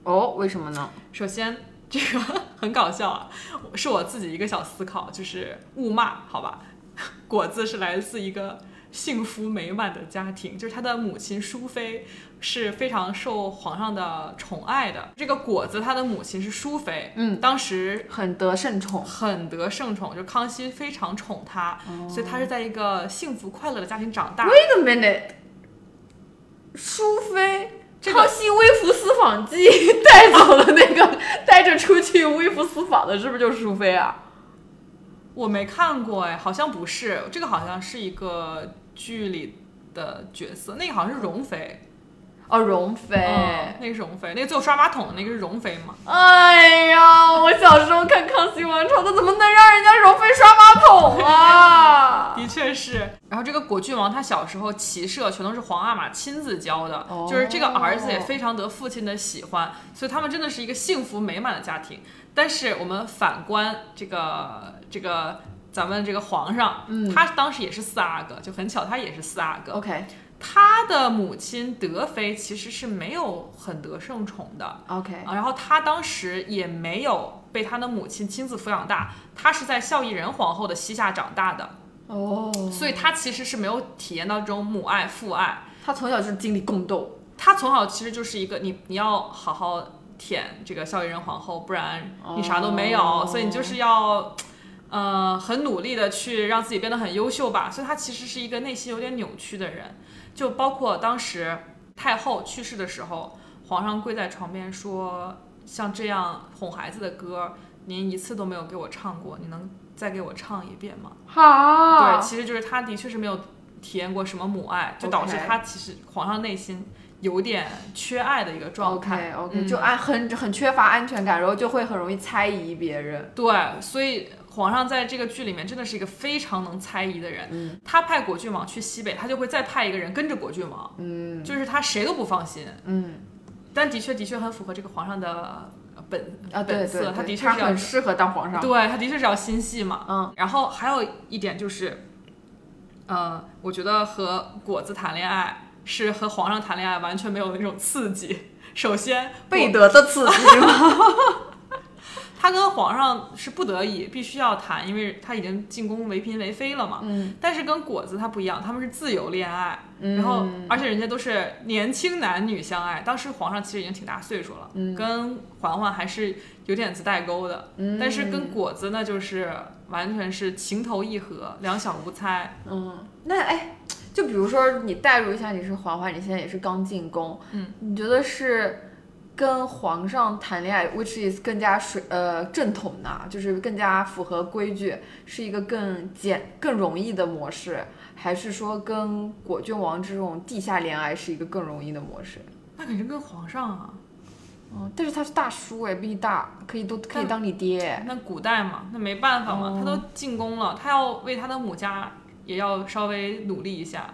[SPEAKER 2] 哦，为什么呢？
[SPEAKER 1] 首先，这个很搞笑啊， *laughs* 是我自己一个小思考，就是勿骂，好吧？ *laughs* 果子是来自一个幸福美满的家庭，就是他的母亲淑妃是非常受皇上的宠爱的。这个果子，他的母亲是淑妃，
[SPEAKER 2] 嗯，
[SPEAKER 1] 当时
[SPEAKER 2] 很得圣宠。
[SPEAKER 1] 很得圣宠，就康熙非常宠她，所以她是在一个幸福快乐的家庭长大。
[SPEAKER 2] Wait a minute，淑妃。
[SPEAKER 1] 这个
[SPEAKER 2] 康熙微服私访记 *laughs* 带走了那个带着出去微服私访的，是不是就是淑妃啊？
[SPEAKER 1] 我没看过哎，好像不是，这个好像是一个剧里的角色，那个好像是容妃。
[SPEAKER 2] 哦，容妃。
[SPEAKER 1] 嗯那个是容妃，那个最后刷马桶的那个是容妃嘛？
[SPEAKER 2] 哎呀，我小时候看《康熙王朝》，他怎么能让人家容妃刷马桶啊？
[SPEAKER 1] *laughs* 的确是。然后这个果郡王他小时候骑射全都是皇阿玛亲自教的，
[SPEAKER 2] 哦
[SPEAKER 1] 就是这个儿子也非常得父亲的喜欢，所以他们真的是一个幸福美满的家庭。但是我们反观这个这个咱们这个皇上，
[SPEAKER 2] 嗯哦
[SPEAKER 1] 他当时也是四阿哥，就很巧，他也是四阿哥。
[SPEAKER 2] OK
[SPEAKER 1] 他的母亲德妃其实是没有很得圣宠的，
[SPEAKER 2] OK，
[SPEAKER 1] 啊，然后他当时也没有被他的母亲亲自抚养大，他是在孝义仁皇后的膝下长大的，
[SPEAKER 2] 哦，
[SPEAKER 1] 所以他其实是没有体验到这种母爱、父爱。
[SPEAKER 2] 他从小就是经历宫斗。
[SPEAKER 1] 他从小其实就是一个你你要好好舔这个孝义仁皇后，不然你啥都没有，
[SPEAKER 2] 哦
[SPEAKER 1] 所以你就是要。呃，很努力的去让自己变得很优秀吧，所以他其实是一个内心有点扭曲的人，就包括当时太后去世的时候，皇上跪在床边说：“像这样哄孩子的歌，您一次都没有给我唱过，你能再给我唱一遍吗？”
[SPEAKER 2] 哈哦
[SPEAKER 1] 对，，其实就是他的确是没有体验过什么母爱，就导致
[SPEAKER 2] OK
[SPEAKER 1] 他其实皇上内心有点缺爱的一个状态。
[SPEAKER 2] OK OK，、
[SPEAKER 1] 嗯
[SPEAKER 2] 就安很很缺乏安全感，然后就会很容易猜疑别人。
[SPEAKER 1] 对，所以皇上在这个剧里面真的是一个非常能猜疑的人。
[SPEAKER 2] 嗯
[SPEAKER 1] 他派果郡王去西北，他就会再派一个人跟着果郡王，
[SPEAKER 2] 嗯
[SPEAKER 1] 就是他谁都不放心。
[SPEAKER 2] 嗯，
[SPEAKER 1] 但的确的确很符合这个皇上的呃本
[SPEAKER 2] 啊，对
[SPEAKER 1] 本
[SPEAKER 2] 对
[SPEAKER 1] 色，
[SPEAKER 2] 对，
[SPEAKER 1] 他的确
[SPEAKER 2] 他
[SPEAKER 1] 是要
[SPEAKER 2] 很适合当皇上。
[SPEAKER 1] 对，他的确是要心细嘛。
[SPEAKER 2] 嗯，
[SPEAKER 1] 然后还有一点就是，呃，我觉得和果子谈恋爱是和皇上谈恋爱完全没有那种刺激。首先，
[SPEAKER 2] 贝德的刺激吗？
[SPEAKER 1] 他跟皇上是不得已必须要谈，因为他已经进宫为嫔为妃了嘛。
[SPEAKER 2] 嗯，
[SPEAKER 1] 但是跟果子他不一样，他们是自由恋爱，
[SPEAKER 2] 嗯
[SPEAKER 1] 然后而且人家都是年轻男女相爱。当时皇上其实已经挺大岁数了，
[SPEAKER 2] 嗯
[SPEAKER 1] 跟嬛嬛还是有点子代沟的。
[SPEAKER 2] 嗯
[SPEAKER 1] 但是跟果子呢，就是完全是情投意合，两小无猜。
[SPEAKER 2] 嗯，那哎，就比如说你代入一下，你是嬛嬛，你现在也是刚进宫，
[SPEAKER 1] 嗯，
[SPEAKER 2] 你觉得是跟皇上谈恋爱，which is 更加水呃正统呢，就是更加符合规矩，是一个更简更容易的模式，还是说跟果郡王这种地下恋爱是一个更容易的模式？
[SPEAKER 1] 那肯定跟皇上啊，
[SPEAKER 2] 嗯，但是他是大叔哎，比你大，可以都可以
[SPEAKER 1] 但
[SPEAKER 2] 当你爹。
[SPEAKER 1] 那古代嘛，那没办法嘛，
[SPEAKER 2] 哦
[SPEAKER 1] 他都进宫了，他要为他的母家也要稍微努力一下。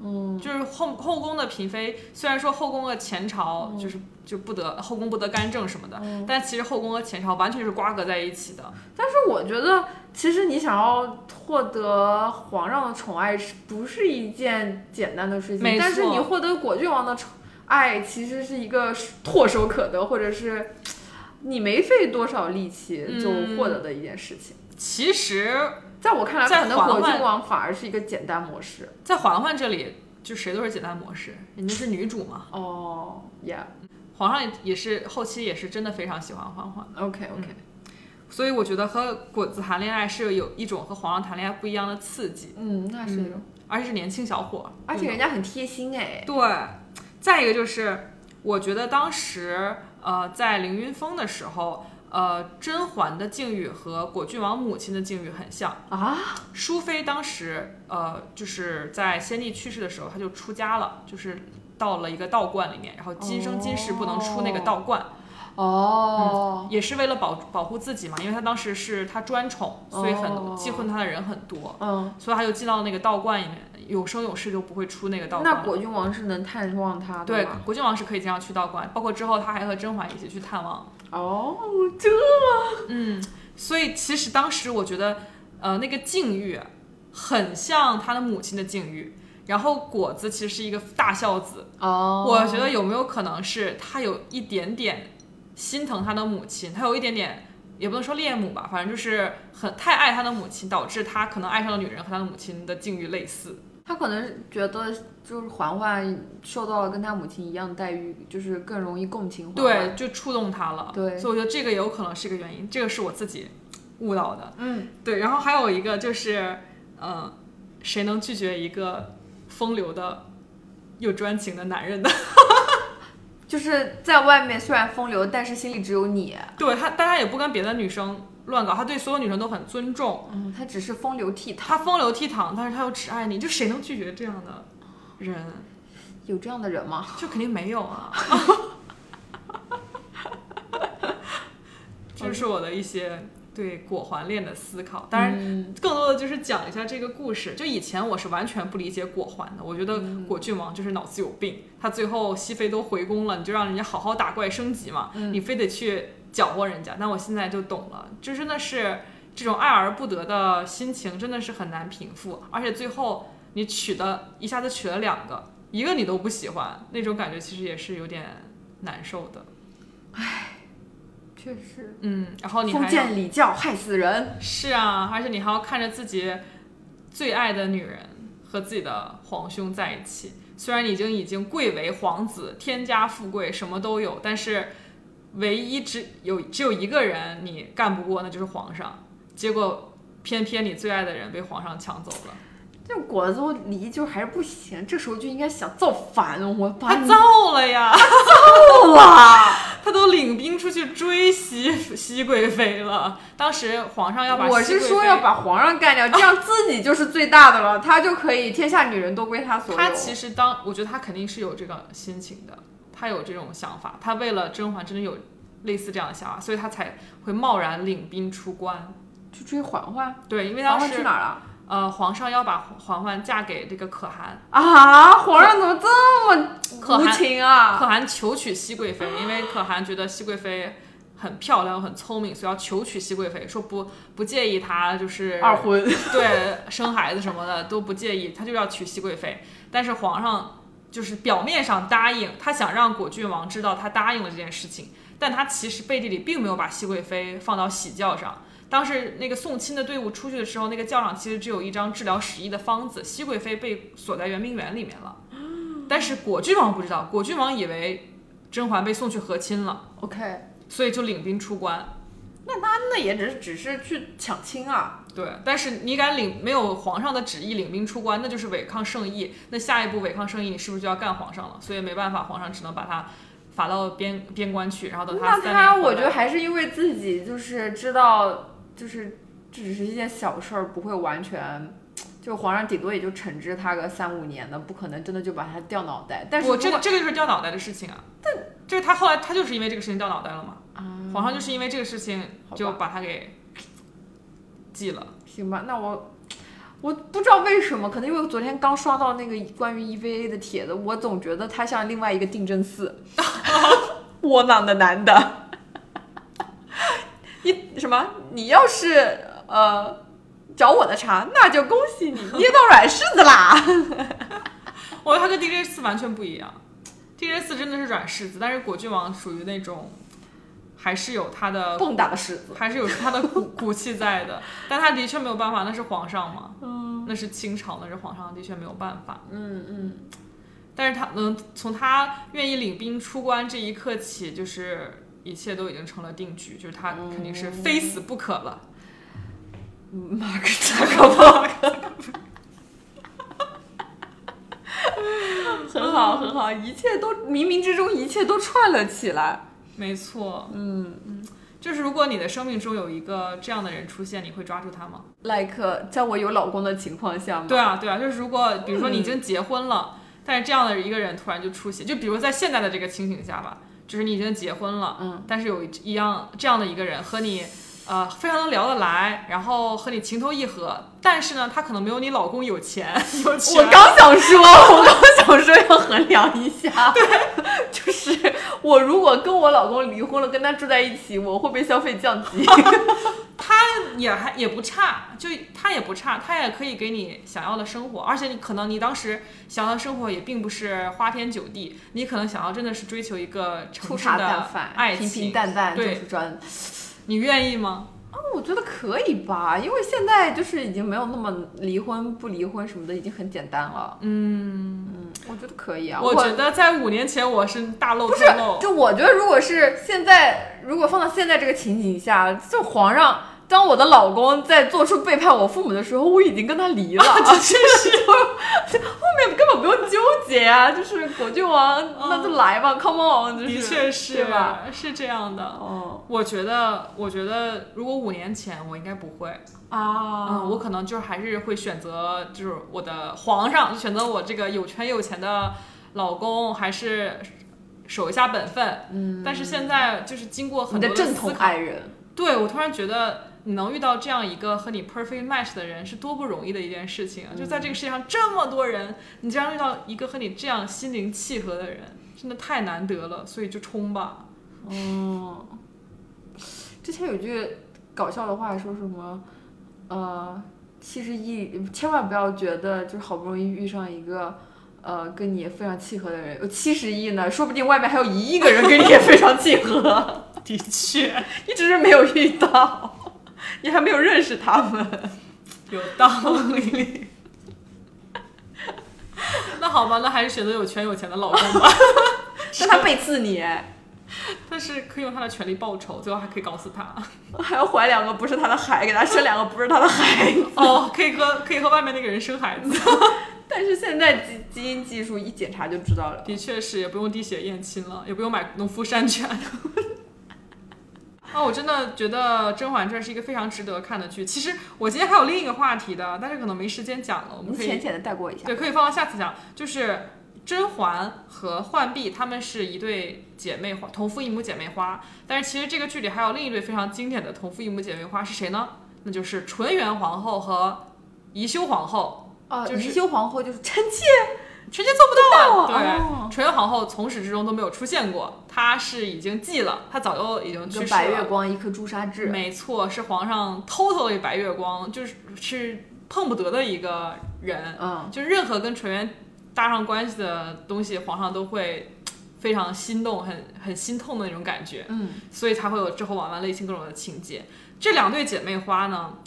[SPEAKER 2] 嗯，
[SPEAKER 1] 就是后后宫的嫔妃，虽然说后宫和前
[SPEAKER 2] 哦
[SPEAKER 1] 朝就是、就不得后宫不得干政什么的，
[SPEAKER 2] 嗯
[SPEAKER 1] 但其实后宫和前朝完全是瓜葛在一起的。
[SPEAKER 2] 但是我觉得，其实你想要获得皇上的宠爱，是不是一件简单的事情？
[SPEAKER 1] 没错
[SPEAKER 2] 但是你获得果郡王的宠爱，其实是一个唾手可得，或者是你没费多少力气就获得的一件事情。
[SPEAKER 1] 其实，
[SPEAKER 2] 在我看来，
[SPEAKER 1] 在
[SPEAKER 2] 可能
[SPEAKER 1] 嬛
[SPEAKER 2] 果
[SPEAKER 1] 嬛
[SPEAKER 2] 郡王反而是一个简单模式。
[SPEAKER 1] 在嬛嬛这里，就谁都是简单模式，人家是女主嘛。
[SPEAKER 2] 哦、y e a
[SPEAKER 1] 皇上也也是后期也是真的非常喜欢嬛嬛，
[SPEAKER 2] h o k OK，
[SPEAKER 1] 所以我觉得和果子谈恋爱是有一种和皇上谈恋爱不一样的刺激，
[SPEAKER 2] 嗯，那是有，
[SPEAKER 1] 而且是年轻小伙，
[SPEAKER 2] 而且人家很贴心哎，
[SPEAKER 1] 对，再一个就是，我觉得当时呃，在凌云峰的时候，呃，甄嬛的境遇和果郡王母亲的境遇很像。
[SPEAKER 2] 啊，
[SPEAKER 1] 淑妃当时呃，就是在先帝去世的时候，她就出家了，就是到了一个道观里面，然后今生今世不能出那个道观，
[SPEAKER 2] 哦，
[SPEAKER 1] 也是为了保保护自己嘛，因为她当时是她专宠，所以很多
[SPEAKER 2] 哦
[SPEAKER 1] 记恨她的人很多，
[SPEAKER 2] 嗯，
[SPEAKER 1] 所以她就进到那个道观里面，永生永世就不会出那个道观
[SPEAKER 2] 嗯那
[SPEAKER 1] 了。
[SPEAKER 2] 果郡王是能探望他的
[SPEAKER 1] 对
[SPEAKER 2] 吗，
[SPEAKER 1] 国郡王是可以经常去道观，包括之后他还和甄嬛一起去探望。
[SPEAKER 2] 哦，
[SPEAKER 1] 嗯，所以其实当时我觉得，呃，那个境遇很像他的母亲的境遇。然后果子其实是一个大孝子，
[SPEAKER 2] 哦，
[SPEAKER 1] 我觉得有没有可能是他有一点点心疼他的母亲，他有一点点。也不能说恋母吧，反正就是很太爱他的母亲，导致他可能爱上了女人，和他的母亲的境遇类似。
[SPEAKER 2] 他可能是觉得就是嬛嬛受到了跟她母亲一样待遇，就是更容易共情嬛
[SPEAKER 1] 对，
[SPEAKER 2] 嬛。
[SPEAKER 1] 就触动他了。
[SPEAKER 2] 对
[SPEAKER 1] 所以我觉得这个有可能是个原因，这个是我自己悟到的。
[SPEAKER 2] 嗯，
[SPEAKER 1] 对，然后还有一个就是，呃，谁能拒绝一个风流的又专情的男人呢？ *laughs*
[SPEAKER 2] 就是在外面虽然风流，但是心里只有你。
[SPEAKER 1] 对他，但他也不跟别的女生乱搞，他对所有女生都很尊重，
[SPEAKER 2] 嗯，他只是风流倜傥。
[SPEAKER 1] 他风流倜傥，但是他又只爱你，就谁能拒绝这样的人？
[SPEAKER 2] 有这样的人吗？
[SPEAKER 1] 就肯定没有啊。这是我的一些对果环恋的思考，当然
[SPEAKER 2] 嗯
[SPEAKER 1] 更多的就是讲一下这个故事。就以前我是完全不理解果环的，我觉得果郡王就是脑子有病。他最后熹妃都回宫了，你就让人家好好打怪升级嘛，你非得去搅和人家。但我现在就懂了，就真的是这种爱而不得的心情，真的是很难平复。而且最后你娶的一下子娶了两个，一个你都不喜欢，那种感觉其实也是有点难受的。
[SPEAKER 2] 确实。
[SPEAKER 1] 嗯，然后你还
[SPEAKER 2] 封
[SPEAKER 1] 要
[SPEAKER 2] 建礼教害死人。
[SPEAKER 1] 是啊，而且你还要看着自己最爱的女人和自己的皇兄在一起。虽然你已经已经贵为皇子，天家富贵，什么都有，但是唯一只有只有一个人你干不过，那就是皇上。结果偏偏你最爱的人被皇上抢走了，
[SPEAKER 2] 这种果子离就还是不行，这时候就应该想造反，我把
[SPEAKER 1] 他
[SPEAKER 2] 你
[SPEAKER 1] 造了呀，
[SPEAKER 2] 揍了。
[SPEAKER 1] 他都领兵出去追 *laughs* 熹熹贵妃了。当时皇上要把
[SPEAKER 2] 我
[SPEAKER 1] 熹
[SPEAKER 2] 是
[SPEAKER 1] 贵
[SPEAKER 2] 说
[SPEAKER 1] 妃
[SPEAKER 2] 要把皇上干掉，这样自己就是最大的了，他就可以天下女人都归他所有。
[SPEAKER 1] 他其实当我觉得他肯定是有这个心情的，他有这种想法，他为了甄嬛真的有类似这样的想法，所以他才会贸然领兵出关。
[SPEAKER 2] 去追嬛嬛，
[SPEAKER 1] 对，因为
[SPEAKER 2] 嬛
[SPEAKER 1] 当
[SPEAKER 2] 嬛去
[SPEAKER 1] 时
[SPEAKER 2] 哪儿了？
[SPEAKER 1] 呃皇上要把嬛嬛嫁给这个可汗，
[SPEAKER 2] 啊，皇上怎么这么
[SPEAKER 1] 可
[SPEAKER 2] 无
[SPEAKER 1] 汗
[SPEAKER 2] 情啊？
[SPEAKER 1] 可汗求娶熹贵妃，因为可汗觉得熹贵妃很漂亮、很聪明，所以要求娶熹贵妃，说不不介意她就是
[SPEAKER 2] 二婚，
[SPEAKER 1] *laughs* 对生孩子什么的都不介意，他就要娶熹贵妃。但是皇上就是表面上答应，他想让果郡王知道他答应了这件事情，但他其实背地里并没有把熹贵妃放到喜轿上。当时那个送亲的队伍出去的时候，那个轿上其实只有一张治疗十亿的方子，熹贵妃被锁在圆明园里面了。但是果郡王不知道，果郡王以为甄嬛被送去和亲了，
[SPEAKER 2] OK，
[SPEAKER 1] 所以就领兵出关。
[SPEAKER 2] 那他那也只是只是去抢亲啊，
[SPEAKER 1] 对，但是你敢领没有皇上的旨意领兵出关，那就是违抗圣意。那下一步违抗圣意，你是不是就要干皇上了？所以没办法，皇上只能把他罚到边边关去，然后等
[SPEAKER 2] 那
[SPEAKER 1] 三年
[SPEAKER 2] 他
[SPEAKER 1] 回来。
[SPEAKER 2] 我觉得还是因为自己就是知道，就是这只是一件小事儿，不会完全。就皇上顶多也就惩治他个三五年的，不可能真的就把他掉脑袋。但是
[SPEAKER 1] 我
[SPEAKER 2] 如
[SPEAKER 1] 这个
[SPEAKER 2] 果
[SPEAKER 1] 这个就是掉脑袋的事情啊。但这个他后来他就是因为这个事情掉脑袋了嘛。
[SPEAKER 2] 啊，
[SPEAKER 1] 皇上就是因为这个事情
[SPEAKER 2] 好吧
[SPEAKER 1] 就把他给记了。
[SPEAKER 2] 行吧，那我我不知道为什么，可能因为我昨天刚刷到那个关于 EVA 的帖子，我总觉得他像另外一个定真寺， *laughs* 窝囊的男的。你什么？你要是呃找我的茬，那就恭喜你捏到软柿子 *laughs* 啦。
[SPEAKER 1] 我觉得他跟 DJ 四完全不一样，DJ 四真的是软柿子，但是果郡王属于那种还是有他的
[SPEAKER 2] 蹦跶的柿子。
[SPEAKER 1] 还是有他的骨 *laughs* 骨气在的，但他的确没有办法，那是皇上嘛，嗯，那是清朝，那是皇上，的确没有办法。
[SPEAKER 2] 嗯嗯，
[SPEAKER 1] 但是他能从他愿意领兵出关这一刻起，就是一切都已经成了定局，就是他
[SPEAKER 2] 哦
[SPEAKER 1] 肯定是非死不可了。
[SPEAKER 2] 马克扎克伯格。很好，很好，一切都冥冥之中，一切都串了起来。
[SPEAKER 1] 没错，
[SPEAKER 2] 嗯。
[SPEAKER 1] 就是如果你的生命中有一个这样的人出现，你会抓住他吗？
[SPEAKER 2] like 呃在我有老公的情况下吗？
[SPEAKER 1] 对啊，对啊，就是如果比如
[SPEAKER 2] 嗯
[SPEAKER 1] 说你已经结婚了，但是这样的一个人突然就出现，就比如在现在的这个情景下吧，就是你已经结婚了，
[SPEAKER 2] 嗯，
[SPEAKER 1] 但是有一一样这样的一个人和你。呃，非常能聊得来，然后和你情投意合，但是呢，他可能没有你老公有钱 *laughs* 有
[SPEAKER 2] 我
[SPEAKER 1] 权。
[SPEAKER 2] 刚想说，我刚想说要衡量一下，对， *laughs* 就是我如果跟我老公离婚了，跟他住在一起，我会不会消费降级？
[SPEAKER 1] 也还也不差，就他也不差，他也可以给你想要的生活，而且你可能你当时想要的生活也并不是花天酒地，你可能想要真的是追求一个
[SPEAKER 2] *laughs*
[SPEAKER 1] 城
[SPEAKER 2] 粗
[SPEAKER 1] 市
[SPEAKER 2] 茶淡
[SPEAKER 1] 的
[SPEAKER 2] 饭，
[SPEAKER 1] 爱
[SPEAKER 2] 平
[SPEAKER 1] 情，
[SPEAKER 2] 平淡淡就
[SPEAKER 1] 对
[SPEAKER 2] 是赚。
[SPEAKER 1] 你愿意吗？
[SPEAKER 2] 啊，我觉得可以吧，因为现在就是已经没有那么离婚不离婚什么的，已经很简单了。嗯嗯，我觉得可以啊，
[SPEAKER 1] 我觉得在五年前我是大漏
[SPEAKER 2] 不
[SPEAKER 1] 特
[SPEAKER 2] 是，
[SPEAKER 1] 漏，
[SPEAKER 2] 就我觉得，如果是现在，如果放到现在这个情景下，就皇上，当我的老公在做出背叛我父母的时候，我已经跟他离了，
[SPEAKER 1] 啊
[SPEAKER 2] *laughs* 就是就后面根本不用纠结啊，就是果郡王，那就来吧、c o m e on，就
[SPEAKER 1] 嗯
[SPEAKER 2] 是
[SPEAKER 1] 的确
[SPEAKER 2] 对吧？？
[SPEAKER 1] 是这样的。
[SPEAKER 2] 哦
[SPEAKER 1] 我觉得，我觉得如果五年前我应该不会，
[SPEAKER 2] 啊
[SPEAKER 1] 嗯，我可能就是还是会选择，就是我的皇上，选择我这个有权有钱的老公，还是守一下本分。
[SPEAKER 2] 嗯，
[SPEAKER 1] 但是现在就是经过
[SPEAKER 2] 你
[SPEAKER 1] 很多
[SPEAKER 2] 的正
[SPEAKER 1] 思
[SPEAKER 2] 统
[SPEAKER 1] 考，
[SPEAKER 2] 爱人，
[SPEAKER 1] 对我突然觉得你能遇到这样一个和你 perfect match 的人是多不容易的一件事情啊！就在这个世界上这么多人，你竟然遇到一个和你这样心灵契合的人，真的太难得了，所以就冲吧！
[SPEAKER 2] 哦，之前有句搞笑的话说什么，呃，其实一千万不要觉得就是好不容易遇上一个。呃，跟你非常契合的人有七十亿呢，说不定外面还有一亿个人跟你也非常契合，
[SPEAKER 1] *laughs*
[SPEAKER 2] *laughs*
[SPEAKER 1] 的确
[SPEAKER 2] 你只是没有遇到，你还没有认识他们。
[SPEAKER 1] *laughs* 有道理。 *laughs* 那好吧，那还是选择有权有钱的老公吧， *laughs*
[SPEAKER 2] 但他背刺你，哎
[SPEAKER 1] 但是可以用他的权利报仇，最后还可以搞死 *laughs* 他。
[SPEAKER 2] 还要怀两个不是他的孩，给他生两个不是他的孩子。 *laughs*
[SPEAKER 1] 哦，可以和可以和外面那个人生孩子，
[SPEAKER 2] 但是现在基基因技术一检查就知道了。
[SPEAKER 1] 的确是，也不用滴血验亲了，也不用买农夫山泉。啊，我真的觉得《甄嬛传》是一个非常值得看的剧。其实我今天还有另一个话题的，但是可能没时间讲了，我
[SPEAKER 2] 我们
[SPEAKER 1] 们可
[SPEAKER 2] 浅
[SPEAKER 1] 以
[SPEAKER 2] 浅的带过一下。
[SPEAKER 1] 对可以放到下次讲。就是甄嬛和浣碧她们是一对姐妹花，同父异母姐妹花。但是其实这个剧里还有另一对非常经典的同父异母姐妹花是谁呢？那就是纯元皇后和宜修皇后。
[SPEAKER 2] 啊，
[SPEAKER 1] 就是
[SPEAKER 2] 宜修皇后就是臣妾，
[SPEAKER 1] 臣妾做不到啊。
[SPEAKER 2] 做不到啊哦
[SPEAKER 1] 对，纯元皇后从始至终都没有出现过，她是已经寂了，她早就已经去
[SPEAKER 2] 跟
[SPEAKER 1] 世
[SPEAKER 2] 白月
[SPEAKER 1] 了。
[SPEAKER 2] 光一颗朱砂痣，
[SPEAKER 1] 没错，是皇上偷偷的白月光，就是是碰不得的一个人，
[SPEAKER 2] 嗯，
[SPEAKER 1] 就任何跟纯元搭上关系的东西，皇上都会嘖非常心动，很很心痛的那种感觉。
[SPEAKER 2] 嗯，
[SPEAKER 1] 所以才会有之后婉婉泪心各种的情节。这两对姐妹花呢，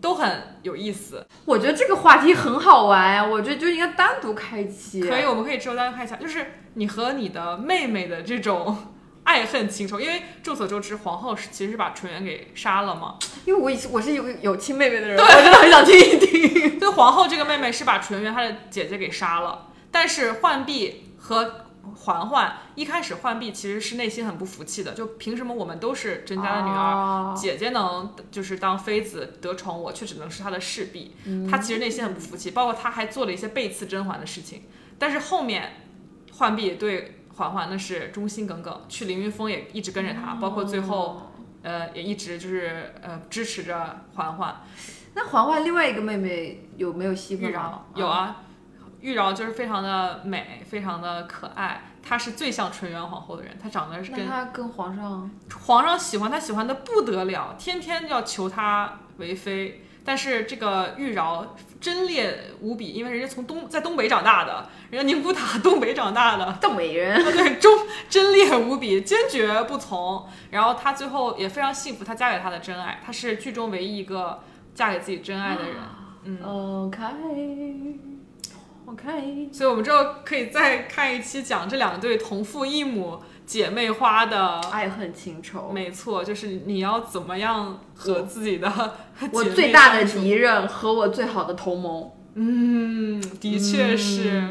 [SPEAKER 1] 都很有意思，
[SPEAKER 2] 我觉得这个话题很好玩呀，我觉得就应该单独开一期。
[SPEAKER 1] 可以，我们可以之后单独看一下，就是你和你的妹妹的这种爱恨情仇，因为众所周知，皇后是其实是把纯元给杀了嘛，
[SPEAKER 2] 因为我以前我是有有亲妹妹的人，我真的很想听一听。
[SPEAKER 1] *laughs* 所以皇后这个妹妹是把纯元她的姐姐给杀了，但是浣碧和嬛嬛一开始浣碧其实是内心很不服气的，就凭什么我们都是甄家的女儿，
[SPEAKER 2] 儿，
[SPEAKER 1] 姐姐能就是当妃子得宠，我却只能是她的侍婢。她其实内心很不服气，包括她还做了一些背刺甄嬛的事情。但是后面，浣碧对嬛嬛那是忠心耿耿，去凌云峰也一直跟着她，啊包括最
[SPEAKER 2] 哦
[SPEAKER 1] 后呃也一直就是呃支持着嬛嬛。
[SPEAKER 2] 那嬛嬛另外一个妹妹有没有戏份
[SPEAKER 1] 玉
[SPEAKER 2] 吗
[SPEAKER 1] 娆？有啊，玉娆就是非常的美，非常的可爱。她是最像纯元皇后的人，她长得是
[SPEAKER 2] 那
[SPEAKER 1] 跟
[SPEAKER 2] 她跟皇上，
[SPEAKER 1] 皇上喜欢她，喜欢的不得了，天天要求她为妃。但是这个玉娆真烈无比，因为人家从东在东北长大的，人家宁古塔东北长大
[SPEAKER 2] *laughs*
[SPEAKER 1] 的，
[SPEAKER 2] 邓美人，
[SPEAKER 1] 她对忠真烈无比，坚决不从。然后她最后也非常幸福，她嫁给她的真爱，她是剧中唯一一个嫁给自己真爱的人。嗯，
[SPEAKER 2] OK 哦 OK，
[SPEAKER 1] 所以我们之后可以再看一期讲这两对同父异母姐妹花的。
[SPEAKER 2] 爱恨情仇，
[SPEAKER 1] 没错，就是你要怎么样和自己的 *laughs*
[SPEAKER 2] 我
[SPEAKER 1] 姐妹
[SPEAKER 2] 最大的
[SPEAKER 1] 相处
[SPEAKER 2] 敌人和我最好的同盟。
[SPEAKER 1] 嗯，的确是，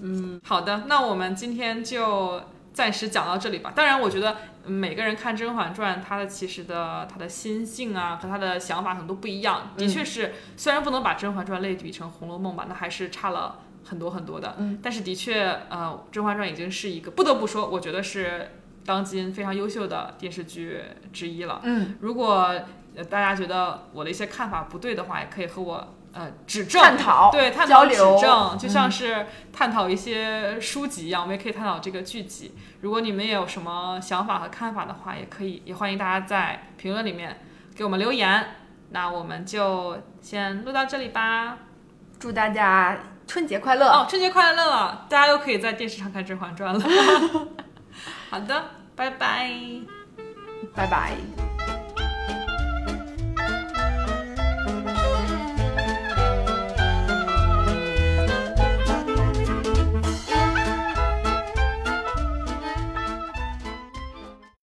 [SPEAKER 1] 嗯，好的，那我们今天就暂时讲到这里吧。当然，我觉得嗯每个人看《甄嬛传》，他的其实的他的心境啊和他的想法可能都不一
[SPEAKER 2] 嗯
[SPEAKER 1] 样。的确是，虽然不能把《甄嬛传》类比成《红楼梦》吧，那还是差了。很多很多的，嗯，但是的确，呃，《甄嬛传》已经是一个不得不说，我觉得是当今非常优秀的电视剧之一了。
[SPEAKER 2] 嗯，
[SPEAKER 1] 如果呃大家觉得我的一些看法不对的话，也可以和我呃指正
[SPEAKER 2] 探讨
[SPEAKER 1] 对，探
[SPEAKER 2] 交
[SPEAKER 1] 讨指
[SPEAKER 2] 流嗯
[SPEAKER 1] 正，就像是探讨一些书籍一样，我们也可以探讨这个剧集。如果你们也有什么想法和看法的话，也可以，也欢迎大家在评论里面给我们留言。那我们就先录到这里吧。
[SPEAKER 2] 祝大家春节快乐！
[SPEAKER 1] 哦，春节快乐了，大家又可以在电视上看《 *laughs* 甄嬛传》了。好的，拜拜。
[SPEAKER 2] 拜拜。